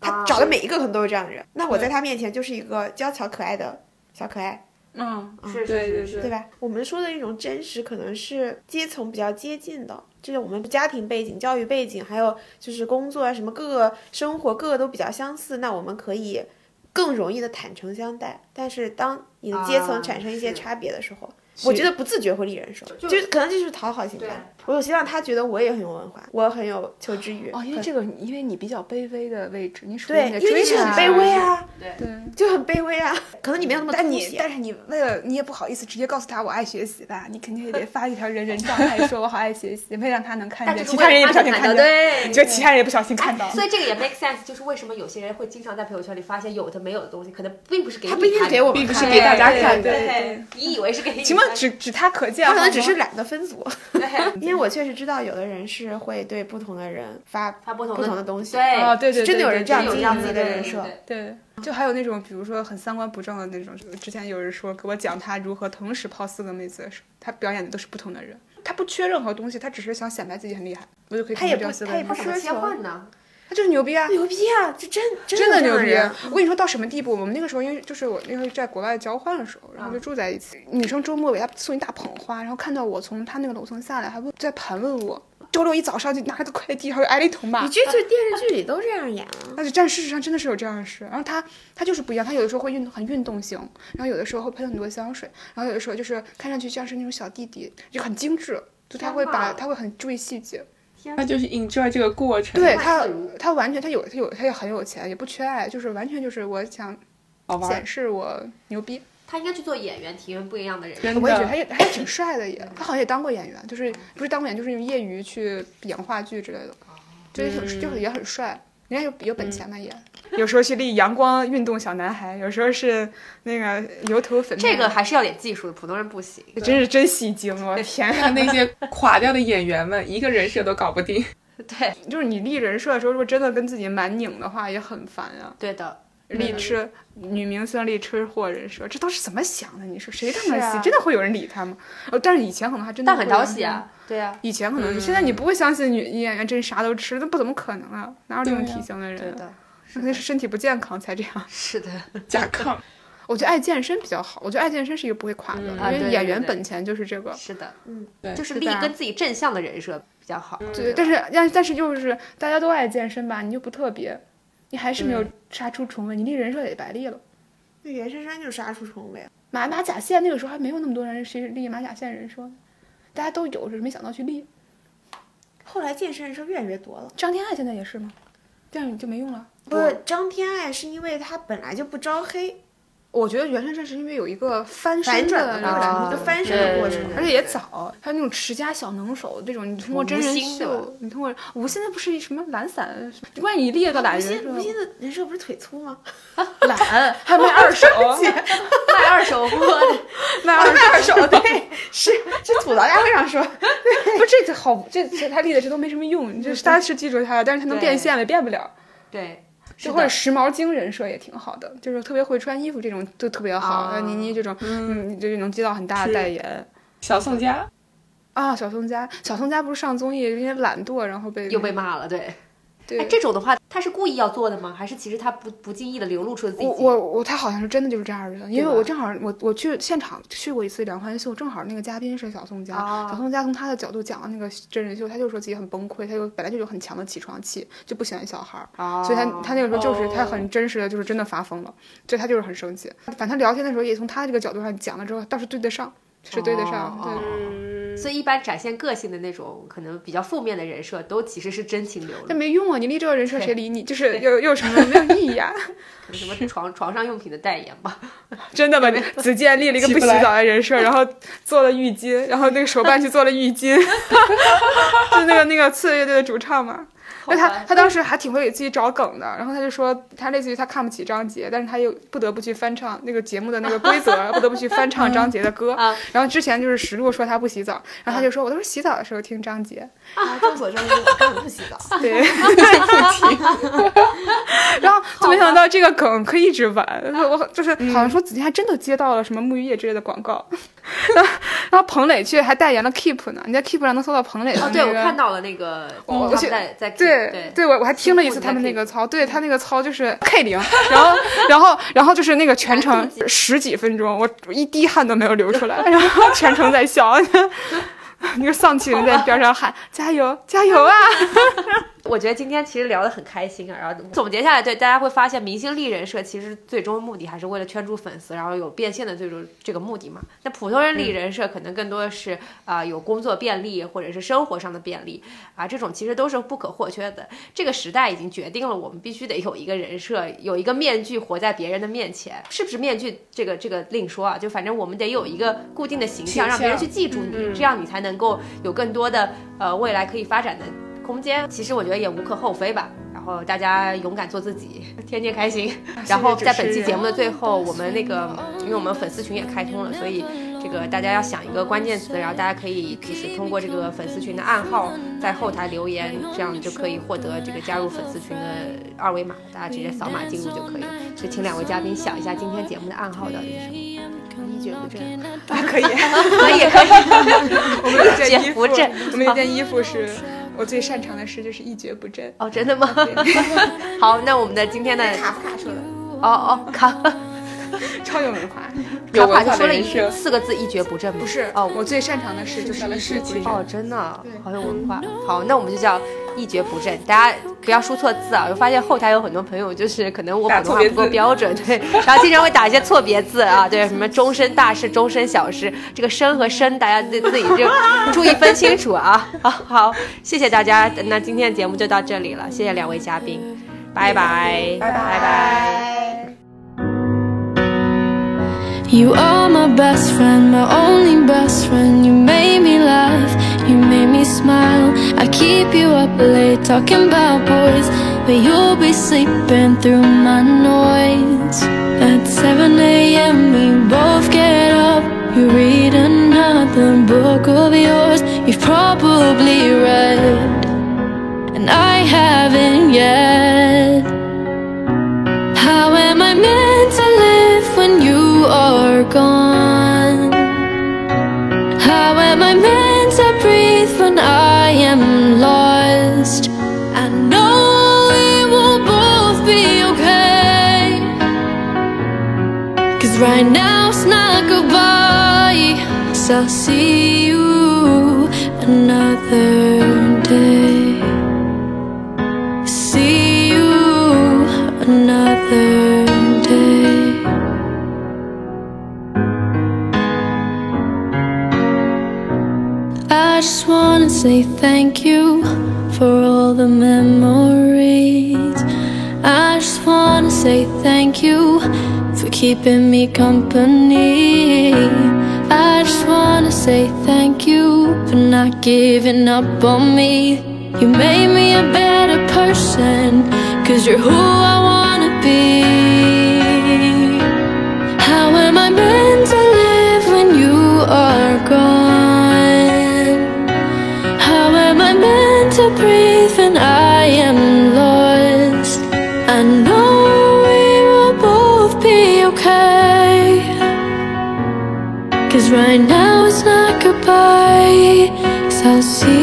Speaker 3: 他
Speaker 4: 啊
Speaker 3: 找的每一个可能都是这样的人，那我在他面前就是一个娇小可爱的小可爱，
Speaker 2: 嗯，
Speaker 4: 是是
Speaker 1: 对
Speaker 4: 是
Speaker 1: 对
Speaker 4: 是，
Speaker 1: 对
Speaker 3: 对吧？我们说的这种真实，可能是阶层比较接近的，这种我们家庭背景、教育背景，还有就是工作啊什么各个生活各个都比较相似，那我们可以更容易的坦诚相待。但是当你的阶层
Speaker 4: 啊
Speaker 3: 产生一些
Speaker 4: 是
Speaker 3: 差别的时候，我觉得不自觉会立人设，就
Speaker 4: 就是
Speaker 3: 可能就是讨好型
Speaker 4: 对
Speaker 3: 吧。我有希望他觉得我也很有文化，我很有求知欲。
Speaker 2: 哦，因为这个，因为你比较卑微的位置，你属于
Speaker 3: 对，
Speaker 2: 你的嗯
Speaker 3: 因为
Speaker 2: 追
Speaker 3: 你是
Speaker 2: 求
Speaker 3: 很
Speaker 2: 者
Speaker 3: 卑微啊，
Speaker 2: 对，
Speaker 3: 就很卑微啊，可能你没有那么
Speaker 2: 但
Speaker 3: 凸
Speaker 2: 你
Speaker 3: 显。
Speaker 2: 但是你为了你也不好意思直接告诉他我爱学习吧，你肯定也得发一条人人状态说我好爱学习，为了让他能看
Speaker 4: 但
Speaker 2: 见，
Speaker 4: 是
Speaker 2: 其他人也不小心
Speaker 4: 看
Speaker 2: 看
Speaker 4: 到，
Speaker 2: 见，
Speaker 4: 对，
Speaker 2: 就其他人也不小心看到
Speaker 4: 哎。所以这个也 make sense，就是为什么有些人会经常在朋友圈里发现有的没有的东西，可能并不是给
Speaker 3: 他
Speaker 4: 你
Speaker 3: 不一定
Speaker 4: 看
Speaker 3: 给
Speaker 4: 的
Speaker 3: 我们
Speaker 1: 并不
Speaker 3: 看
Speaker 1: 是
Speaker 3: 的
Speaker 1: 给大家看
Speaker 4: 对
Speaker 1: 的。
Speaker 4: 对，你以为是给你
Speaker 2: 请问
Speaker 4: 看
Speaker 2: 只只他可见，
Speaker 3: 他可能只
Speaker 2: 好
Speaker 3: 是
Speaker 2: 吗
Speaker 3: 懒得分 组。因为我确实知道有的人是会对不同的人发
Speaker 4: 发不同的
Speaker 3: 不同的东西，
Speaker 4: 对
Speaker 2: 哦，对对，
Speaker 3: 真的
Speaker 2: 对
Speaker 3: 有
Speaker 2: 对
Speaker 3: 人这样
Speaker 2: 对
Speaker 4: 有这
Speaker 3: 经历
Speaker 4: 样子
Speaker 3: 自己的人设。
Speaker 2: 对，就还有那种，比如说很三观不正的那种。之前有人说给我讲他如何同时泡四个妹子的时候，他表演的都是不同的人，他不缺任何东西，他只是想显摆自己很厉害，我就可以
Speaker 3: 他
Speaker 2: 同
Speaker 3: 也
Speaker 2: 时
Speaker 3: 不
Speaker 2: 钓四个
Speaker 3: 他也
Speaker 2: 妹
Speaker 3: 不
Speaker 2: 子
Speaker 3: 是
Speaker 4: 怎么切换呢？
Speaker 2: 他就是牛逼 啊！
Speaker 3: 牛逼啊！这真
Speaker 2: 真的
Speaker 3: 有这样
Speaker 2: 牛逼啊
Speaker 3: 人！啊
Speaker 2: 我跟你说到什么地步？我们那个时候因为就是我那个时候在国外交换的时候，然后就住在一
Speaker 3: 啊
Speaker 2: 起，女生周末给他送一大捧花，然后看到我从他那个楼层下来，还问在盘问我。周六一早上就拿着个快递，还有挨了一桶骂
Speaker 3: 你。这就是电视剧里都这样演 啊。
Speaker 2: 但是，但事实上真的是有这样的事。然后他他就是不一样，他有的时候会运动很运动型，然后有的时候会喷很多香水，然后有的时候就是看上去像是那种小弟弟，就很精致，就他会把
Speaker 4: 天哪
Speaker 2: 他会很注意细节。
Speaker 1: 她就是 enjoy 这个过程。
Speaker 2: 对
Speaker 4: 太
Speaker 2: 他
Speaker 4: 自如，
Speaker 2: 他完全他有他有他也很有钱，也不缺爱，就是完全就是我想
Speaker 1: 好玩
Speaker 2: 显
Speaker 1: 儿，
Speaker 2: 示我牛逼。
Speaker 4: 他应该去做演员，体验不一样的人生。
Speaker 1: 真
Speaker 2: 我也觉得他
Speaker 1: 的。
Speaker 2: 也他也挺帅的也，他好像也当过演员，就是不是当过演员，就是用业余去演话剧之类的，就是挺就是也很帅。人家有有本钱嘛也，嗯有时候去立阳光运动小男孩，有时候是那个油头粉面，
Speaker 4: 这个还是要点技术的，普通人不行。
Speaker 2: 真是真戏精，我天！啊
Speaker 1: 看那些垮掉的演员们，一个人设都搞不 定。
Speaker 4: 对，
Speaker 2: 就是你立人设的时候，如果真的跟自己蛮拧的话，也很烦啊。
Speaker 4: 对的，
Speaker 2: 立吃女明星立吃货人设，这都是怎么想的？你说谁他妈
Speaker 3: 是啊
Speaker 2: 信？真的会有人理他吗？呃，但是以前可能还真的，
Speaker 4: 但很讨喜。啊。对啊，
Speaker 2: 以前可能是，现在你不会相信女演员真啥都吃，那不怎么可能啊？哪有这种
Speaker 1: 对啊
Speaker 2: 体型的人
Speaker 4: 对
Speaker 2: 啊？
Speaker 4: 的，
Speaker 2: 那肯定是身体不健康才这样。
Speaker 4: 嗯 是的，
Speaker 1: 甲亢，
Speaker 2: 我觉得爱健身比较好，我觉得爱健身是一个不会垮的，
Speaker 1: 嗯
Speaker 4: 啊对
Speaker 2: 因为
Speaker 4: 对
Speaker 2: 演员
Speaker 4: 对
Speaker 2: 本钱就是这个。
Speaker 4: 是的，啊
Speaker 1: 对
Speaker 4: 嗯就是
Speaker 2: 是
Speaker 4: 立
Speaker 2: 吧
Speaker 4: 跟自己正向的人设比较好。
Speaker 2: 对，但是但但是就是大家都爱健身吧，你就不特别，你还是没
Speaker 4: 嗯
Speaker 2: 有杀出重围，你立人设也白立了。
Speaker 3: 那袁姗姗就是杀出重围，
Speaker 2: 马马甲线那个时候还没有那么多人去立马甲线人设呢，大家都有，只是没想到去立。
Speaker 3: 后来健身人设越来越多了。
Speaker 2: 张天爱现在也是吗？这样你就没用了。
Speaker 3: 不，张天爱是因为她本来就不招黑，
Speaker 2: 我觉得原生战是因为有一个翻身
Speaker 3: 反转
Speaker 2: 的
Speaker 3: 的啊过
Speaker 2: 那
Speaker 4: 啊
Speaker 3: 程，一
Speaker 2: 种感
Speaker 3: 个
Speaker 2: 觉，
Speaker 3: 翻身的过程，
Speaker 2: 而且也早，还有那种持家小能手这种，你通过真人
Speaker 4: 无心的吧
Speaker 2: 秀，你通过无心的不是什么懒散，什么万一列的
Speaker 3: 无
Speaker 2: 懒
Speaker 3: 心无
Speaker 2: 人
Speaker 3: 心的人设不是腿粗吗？
Speaker 2: 懒，还卖二手，
Speaker 4: 卖二手货的，
Speaker 2: 卖二手，
Speaker 3: 二手 对，是是吐槽大会上说，
Speaker 2: 不这这好，这这他立的这都没什么用，就是大家是记住他了，但是他能变现了也变不了。
Speaker 4: 对，
Speaker 2: 就或者时髦精人设也挺好的，就是特别会穿衣服这种就特别好。
Speaker 4: 啊
Speaker 2: 像倪妮这种，嗯，就是能接到很大的代言
Speaker 1: 小宋佳，
Speaker 2: 啊。小宋佳，小宋佳不是上综艺因为懒惰，然后被
Speaker 4: 又被骂了，对。
Speaker 2: 对
Speaker 4: 哎，这种的话，他是故意要做的吗？还是其实他不不经意的流露出了自己？
Speaker 2: 我我我，他好像是真的就是这样的，因为
Speaker 4: 吧
Speaker 2: 我正好我我去现场去过一次梁欢秀，正好那个嘉宾是小宋佳，
Speaker 4: 啊
Speaker 2: 小宋佳从他的角度讲那个真人秀，他就说自己很崩溃，他就本来就有很强的起床气，就不喜欢小孩儿，
Speaker 4: 哦
Speaker 2: 所以他他那个时候就是、他很真实的就是真的发疯了，所以他就是很生气。反正他聊天的时候也从他这个角度上讲了之后，倒是对得上，是对得上，
Speaker 4: 哦
Speaker 2: 对。
Speaker 4: 哦所以一般展现个性的那种可能比较负面的人设，都其实是真情流露
Speaker 2: 但，没用啊！你立这个人设，谁理你？就是又又有什么没有意义啊？
Speaker 4: 可能什么床床上用品的代言吧。
Speaker 2: 真的吗？子健立了一个不洗澡的人设，然后做了浴巾，然后那个手办去做了浴巾， 就那个那个刺猬乐队的主唱嘛。那他他当时还挺会给自己找梗的，然后他就说他类似于他看不起张杰，但是他又不得不去翻唱那个节目的那个规则，不得不去翻唱张杰的歌。然后之前就是石璐说他不洗澡，然后他就说我都是洗澡的时候听张杰，
Speaker 3: 啊，众所周知，我根本不洗澡。
Speaker 2: 对，然后就没想到这个梗可以一直玩，我我就是好像说子健还真的接到了什么沐浴液之类的广告， 然后然后彭磊却还代言了 Keep 呢，你在 Keep 上能搜到彭磊的、那
Speaker 4: 哦，
Speaker 2: 个
Speaker 4: 对，我看到了那个，
Speaker 2: 我
Speaker 4: 他
Speaker 2: 去
Speaker 4: 们在在
Speaker 2: 哦对
Speaker 4: 对，
Speaker 2: 对，我我还听了一次他们那个操，对他那个操就是 K 零，然后然后然后就是那个全程十几分钟，我一滴汗都没有流出来，然 后全程在笑， 那个丧气人在边上喊加油加油啊！
Speaker 4: 我觉得今天其实聊得很开心啊，然后总结下来，对大家会发现，明星立人设其实最终目的还是为了圈住粉丝，然后有变现的最终这个目的嘛。那普通人立人设可能更多的是啊、有工作便利或者是生活上的便利啊，这种其实都是不可或缺的。这个时代已经决定了，我们必须得有一个人设，有一个面具活在别人的面前，是不是面具这个这个另说啊，就反正我们得有一个固定的形
Speaker 1: 形
Speaker 4: 象，让别人
Speaker 1: 象
Speaker 4: 去记住你，这样你才能够有更多的呃未来可以发展的空间，其实我觉得也无可厚非吧。然后大家勇敢做自己，天天开心。
Speaker 2: 啊
Speaker 4: 然后在本期节目的最后，我们那个，
Speaker 2: 嗯
Speaker 4: 因为我们粉丝群也开通了，所以这个大家要想一个关键词，然后大家可以就是通过这个粉丝群的暗号在后台留言，这样就可以获得这个加入粉丝群的二维码，大家直接扫码进入就可以了。所以请两位嘉宾想一下今天节目的暗号到底是什么？一蹶不振，
Speaker 2: 啊，可以。
Speaker 4: 可以 可以，
Speaker 2: 我们有一件衣
Speaker 4: 姐
Speaker 2: 服，
Speaker 4: 不振
Speaker 2: 我们有一件衣服是我最擅长的事，就是一蹶不振。
Speaker 4: 哦，真的 吗？好，那我们的今天的
Speaker 3: 卡夫卡说的，
Speaker 4: 哦哦卡。
Speaker 2: 超有文化。
Speaker 1: 有
Speaker 4: 卡
Speaker 1: 文
Speaker 4: 就
Speaker 1: 化
Speaker 4: 说了
Speaker 1: 的人
Speaker 4: 一
Speaker 1: 设，
Speaker 4: 四个字一蹶不振吗？
Speaker 2: 不是，
Speaker 4: 哦，
Speaker 2: 我最擅长的事就是一蹶不振。
Speaker 4: 哦，真的好有文化。好，那我们就叫一蹶不振，大家不要输错字啊！我发现后台有很多朋友就是可能我
Speaker 1: 打
Speaker 4: 普通
Speaker 1: 错
Speaker 4: 话
Speaker 1: 别
Speaker 4: 不够
Speaker 1: 字
Speaker 4: 标准，对，然后经常会打一些错别字啊，对，什么终身大事、终身小事，这个身和身大家自自己就注意分清楚啊。 好好，谢谢大家，那今天的节目就到这里了，谢谢两位嘉宾，拜拜，拜拜。拜拜
Speaker 3: 拜。
Speaker 9: You are my best friend, my only best friend. You made me laugh, you made me smile. I keep you up late talking about boys, but you'll be sleeping through my noise. At 7 a.m., we both get up. You read another book of yours, you've probably read, and I haven't yet. How am I meant to live when you are gone? How am I meant to breathe when I am lost? I know we will both be okay. Cause right now it's not goodbye. So I'll see you another day see you another day. I just wanna say thank you for all the memories. I just wanna say thank you for keeping me company. I just wanna say thank you for not giving up on me. You made me a better person, cause you're who I wanna be. How am I meant to live when you are gone? How am I meant to breathe when I am lost? I know we will both be okay. Cause right now it's not goodbye. Cause I'll see